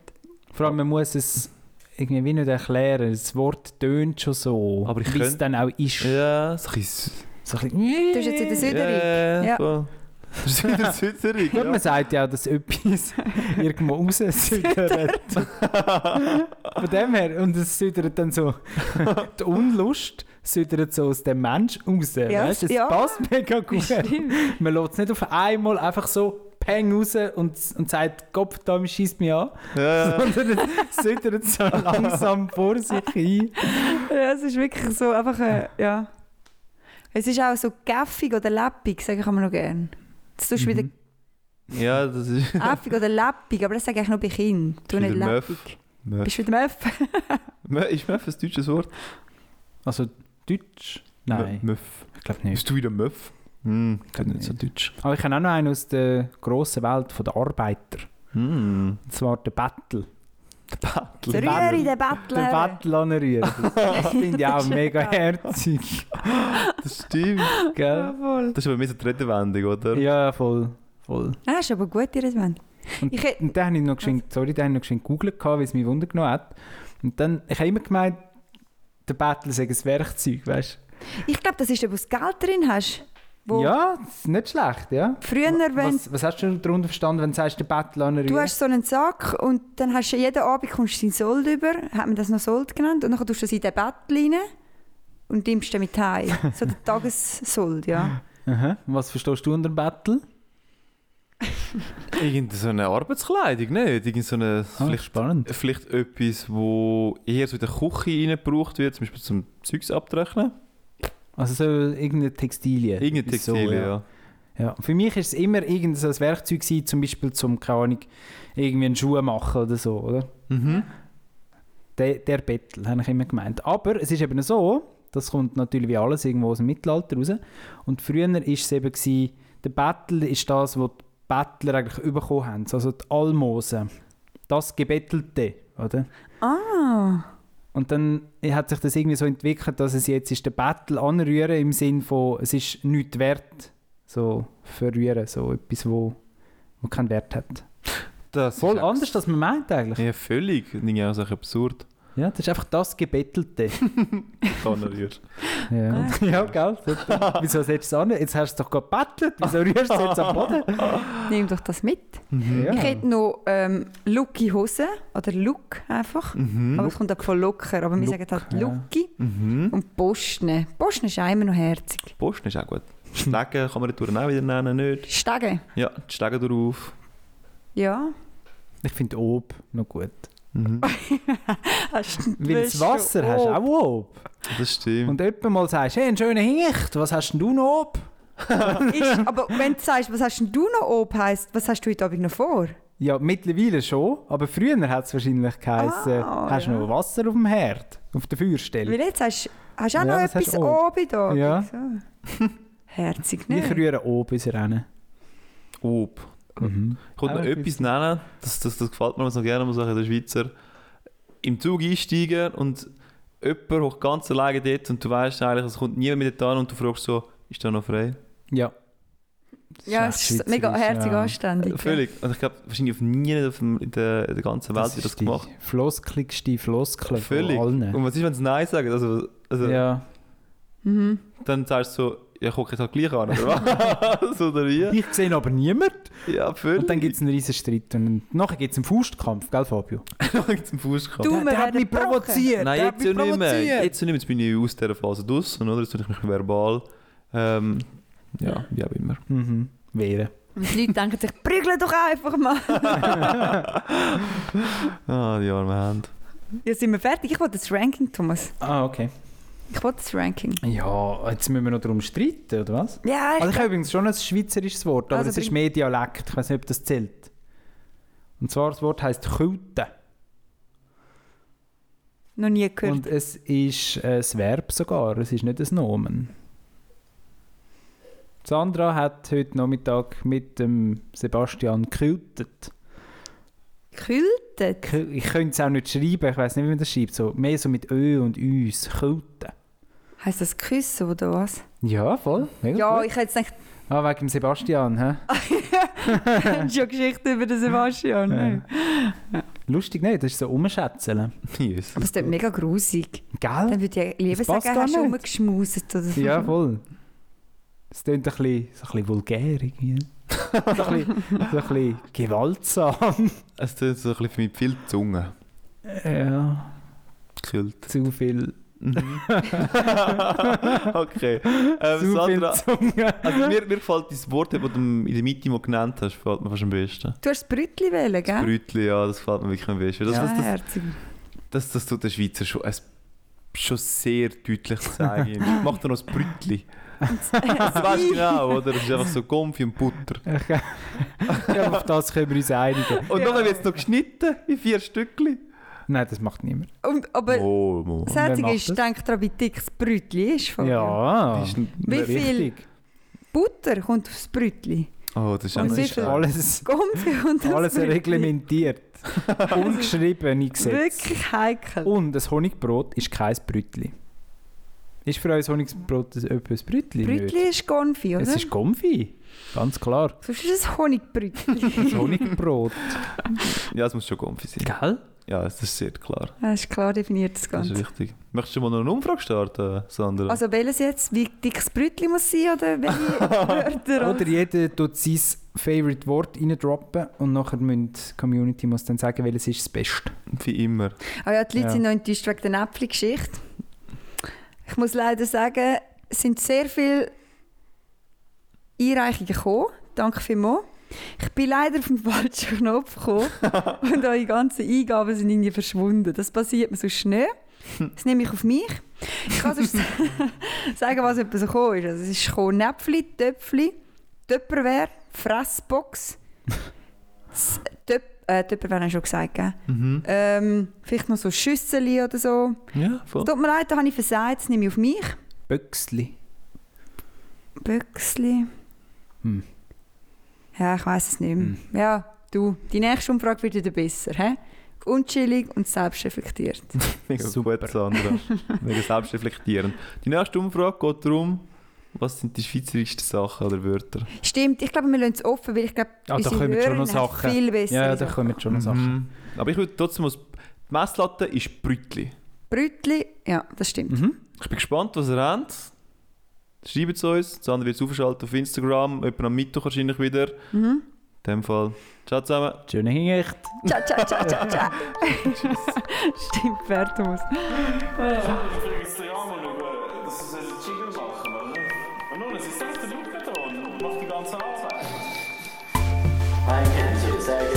Vor allem, man muss es irgendwie nicht erklären. Das Wort tönt schon so, Aber ich wie es könnte- dann auch ist. Ja, so ein bisschen... So ein bisschen, Du bist jetzt in der Süderig. Ja. Ja, voll. Das ist wieder Süderig, Gut, ja. man sagt ja auch, dass etwas irgendwo raus südert. Von dem her, und es südert dann so, die Unlust südert so aus dem Mensch raus. Ja, weißt? du? Es ja. passt mega gut. Man lässt es nicht auf einmal einfach so peng raus und, und sagt, Gott, da schießt mich an, Ja, ja. sondern es südert so langsam vor sich ein. Ja, es ist wirklich so einfach, äh, ja. Es ist auch so gäffig oder läppig, sage ich immer noch gerne. Jetzt tust du wieder Mhm. ja, das ist... gäffig oder läppig, aber das sage ich noch bei Kindern. Du Bist nicht wieder Möff. läppig. Möff. Bist du wieder Möff? Mö- Ist Möff ein deutsches Wort? Also Deutsch? Nein, Mö- Möff. ich glaube nicht. Bist du wieder Möff? Hm, klingt nicht so nicht. deutsch. Aber ich kenne auch noch einen aus der grossen Welt der Arbeiter. Hm. Und zwar der Battle. Der Battle. Rührer in den Den Bettler. Battle anrühren. Das finde ich auch mega herzig. Das stimmt. Gell? Das ist aber mehr so die Redewendung, oder? Ja, voll. voll. Ah, ist aber gut, ihr Mann. Ich hätte... Und dann habe ich noch geschwind, sorry, den habe ich noch geschwind gegoogelt, gehabt, weil es mich Wunder genommen hat. Und dann, ich habe immer gemeint, der Battle sei ein Werkzeug, weißt Ich glaube, das ist, wenn du das Geld drin hast. du? Wo Ja, das ist nicht schlecht, ja. Früher, wenn Was, was hast du darunter verstanden, wenn du sagst, der Battle anrühren? Du hast so einen Sack und dann hast du jeden Abend kommst du deinen Sold über, hat man das noch Sold genannt, und dann tust du das in den Bett rein und nimmst den mit heim. So der Tagessold, ja. Aha. Und Was verstehst du unter Battle? Irgendeine so eine Arbeitskleidung, nicht? Irgend so eine, Ah, vielleicht, spannend. vielleicht etwas, wo eher so in der Küche rein gebraucht wird, zum Beispiel zum Zeugs abtrechnen. Also so irgendeine Textilie. Irgendein So, Textil, ja. Ja, für mich ist es immer irgend so ein Werkzeug gewesen, zum Beispiel zum, keine Ahnung, irgendwie einen Schuh machen oder so, oder? Mhm. Der, der Bettel, habe ich immer gemeint. Aber es ist eben so, das kommt natürlich wie alles irgendwo aus dem Mittelalter raus. Und früher war es eben, gewesen, der Bettel ist das, was die Bettler eigentlich bekommen haben, also die Almosen. Das Gebettelte, oder? Ah, Und dann hat sich das irgendwie so entwickelt, dass es jetzt ist der Battle anrühren im Sinn von, es ist nichts wert, so verrühren, so etwas, wo, wo keinen Wert hat. Das Voll ist anders, als man meint eigentlich. Ja, völlig. Das ist auch absurd. Ja, das ist einfach das Gebettelte. Kann er rührst. ja. ja, gell? Super. Wieso setzt du es an? Jetzt hast du es doch gebettelt. Wieso rührst du es jetzt am Boden? Nimm doch das mit. Ja. Ich hätte noch ähm, Lucky Hose oder Look einfach. Aber es kommt auch von locker. Aber wir Mhm. Look, sagen halt ja. Lucky Mhm. und Postne. Postne ist auch immer noch herzig. Posten ist auch gut. Stegen kann man die Touren auch wieder nennen, nicht? Stege. Ja, die Stegen drauf. Ja. Ich finde Ob noch gut. Mhm. Weil das Wasser hast du auch Ob. Das stimmt. Und jemand mal sagst, hey, einen schönen Hicht, was hast denn du noch Ob? Ist, aber wenn du sagst, was hast denn du noch oben, heisst, was hast du heute Abend noch vor? Ja, mittlerweile schon, aber früher hat es wahrscheinlich geheißen, Ah, hast du ja. noch Wasser auf dem Herd, auf der Feuerstelle. Weil jetzt hast, hast du auch Ja, noch das hast etwas du auch. oben da. Ja. So. Herzig, Ich nicht? rühre oben ins Rennen. Ob. Mhm. Ich wollte noch Auch etwas nennen, das, das, das gefällt mir immer so gerne, muss ich sagen, der Schweizer. Im Zug einsteigen und jemand hoch ganz alleine dort und du weißt eigentlich, es kommt niemand mit dir an und du fragst so, ist da noch frei? Ja. Das Ja, echt es ist mega schweizerisch, herzig ja. anständig. Völlig. Und ich glaube, wahrscheinlich auf nie auf dem, in, der, in der ganzen Welt Das wird ist das die gemacht. floskligste Floskel Völlig. Um von allen. Und was ist, wenn sie Nein sagen? Also, also Ja. Mhm. dann sagst du so, ja, guck jetzt halt gleich an, oder was? oder wie? Ich sehe aber niemand. Ja, völlig. Und dann gibt es einen riesen Streit. Und nachher gibt es einen Faustkampf, gell, Fabio? es zum Fußkampf. Du, wir werden gebrochen. Nein, jetzt ja nicht mehr. Jetzt ja nicht mehr. Jetzt bin ich aus dieser Phase draussen, oder? Jetzt tue ich mich verbal. Ähm, ja, wie auch immer. Mhm. Wehren. Und die Leute denken sich, prügeln doch einfach mal. Ah, die arme Hand. Ja, sind wir fertig? Ich will das Ranking, Thomas. Ah, okay. Ich will das Ranking. Ja, jetzt müssen wir noch darum streiten, oder was? Ja, Also ich ich habe übrigens schon ein schweizerisches Wort, aber Also es ist bring- mehr Dialekt. Ich weiß nicht, ob das zählt. Und zwar das Wort heißt Külte. noch nie gehört. Und es ist ein Verb sogar, es ist nicht ein Nomen. Sandra hat heute Nachmittag mit dem Sebastian gekültet. Gekühltet? Kü- Ich könnte es auch nicht schreiben, ich weiß nicht, wie man das schreibt. So, mehr so mit Ö und Üs, Külten. Heißt das küssen oder was? Ja, voll. Mega Ja, gut. ich hätte jetzt Ah, wegen dem Sebastian. He? nicht schon Geschichte über den Sebastian. ne? Lustig nicht, das ist so Umschätzeln. Yes. Aber es ist mega grusig. Gell? Dann würde ich lieber Das passt sagen, gar hast du nicht. rumgeschmust oder so. Ja, voll. Es klingt ein bisschen, so ein bisschen vulgär irgendwie. so, ein bisschen, so ein bisschen gewaltsam. Es tut so ein bisschen für mich viel Zunge. ja, Gekillt. zu viel Mhm. okay. Ähm, Sandra, Zunge. also mir, mir gefällt dein Wort, das du in der Mitte mal genannt hast, gefällt mir fast am besten. Du hast das Brötchen wählen, Das gell? Brötchen, ja, das gefällt mir wirklich am besten. Das, ja, das, das, herzig. das, das tut der Schweizer schon, es, schon sehr deutlich zeigen. Mach dir noch das Brötchen. Das weißt du genau, oder? Das ist einfach so Gumpf und Butter. Ja, auf das können wir uns einigen. Und dann wird es noch geschnitten in vier Stückchen. Nein, das macht niemand. Und, aber Oh, Mann. das wer Herzige macht ist, das? denk daran, wie dick das Brötchen Oh, ist. Fabio. Ja. Wie viel Richtig. Butter kommt aufs Brötchen? Oh, das ist Und einfach wie viel- stark. Alles, Gummi und alles reglementiert. Ungeschriebene Gesetze. Wirklich heikel. Und ein Honigbrot ist kein Brötli. Ist für uns Honigbrot ein- etwas Brötli? nicht? Brötchen ist Gonfi, oder? Es ist Konfi. Ganz klar. Sonst ist es Honigbrötchen. Ein Honigbrot. Ja, es muss schon Gumpf sein. Gell? Ja, das ist sehr klar. Das ist klar definiert, das Das ist Ganze. wichtig. Möchtest du mal noch eine Umfrage starten, Sandra? Also welches jetzt? Wie dick das Brötchen muss sein oder welche Wörter? Oder jeder tut sein Favorite Wort reindroppen und nachher müssen die Community muss dann sagen, welches ist das Beste. Wie immer. Ah ja, die Leute Ja. sind noch enttäuscht wegen der Äpfelgeschichte. Ich muss leider sagen, es sind sehr viele Einreichungen gekommen. Danke vielmals. Ich bin leider auf den falschen Knopf gekommen und eure ganzen Eingaben sind irgendwie verschwunden. Das passiert mir so schnell. Das nehme ich auf mich. Ich kann sonst sagen, was etwas so gekommen ist. Also es ist gekommen Näpfli, Töpfli, Töpperwehr, Fressbox. Das Töp äh, Töpperwehr habe ich schon gesagt, gell? Mhm. Ähm, vielleicht noch so Schüsseli oder so. Ja, Oh. voll. Tut mir leid, da habe ich versagt, das nehme ich auf mich. Böxli. Büchsli. Hm. Ja, ich weiß es nicht mehr. Ja, du, die nächste Umfrage wird wieder besser. He? Unchillig und selbstreflektiert. Mega Super. gut, Sandra. Mega selbstreflektierend. Die nächste Umfrage geht darum, was sind die schweizerischsten Sachen oder Wörter? Stimmt, ich glaube, wir lassen es offen, weil ich glaube, Ah, da unsere kommen schon noch Hörer haben Sachen. viel besser. Ja, da kommen schon noch Sachen. Mhm. Aber ich würde trotzdem mal das- Die Messlatte ist Brütli. Brötli, ja, das stimmt. Mhm. Ich bin gespannt, was ihr habt. Schreibt es uns. Das andere wird es aufschalten auf Instagram. Etwa am Mittwoch wahrscheinlich wieder. In dem Fall. Ciao zusammen. Schöne Hinricht. Ciao, ciao, ciao, ciao, ciao. stimmt, Bertus. übrigens ja mal schauen, dass sie einen Jingle machen oder? Und nun, es ist echt der Lukaton und macht die ganze Arbeit. I can't say it's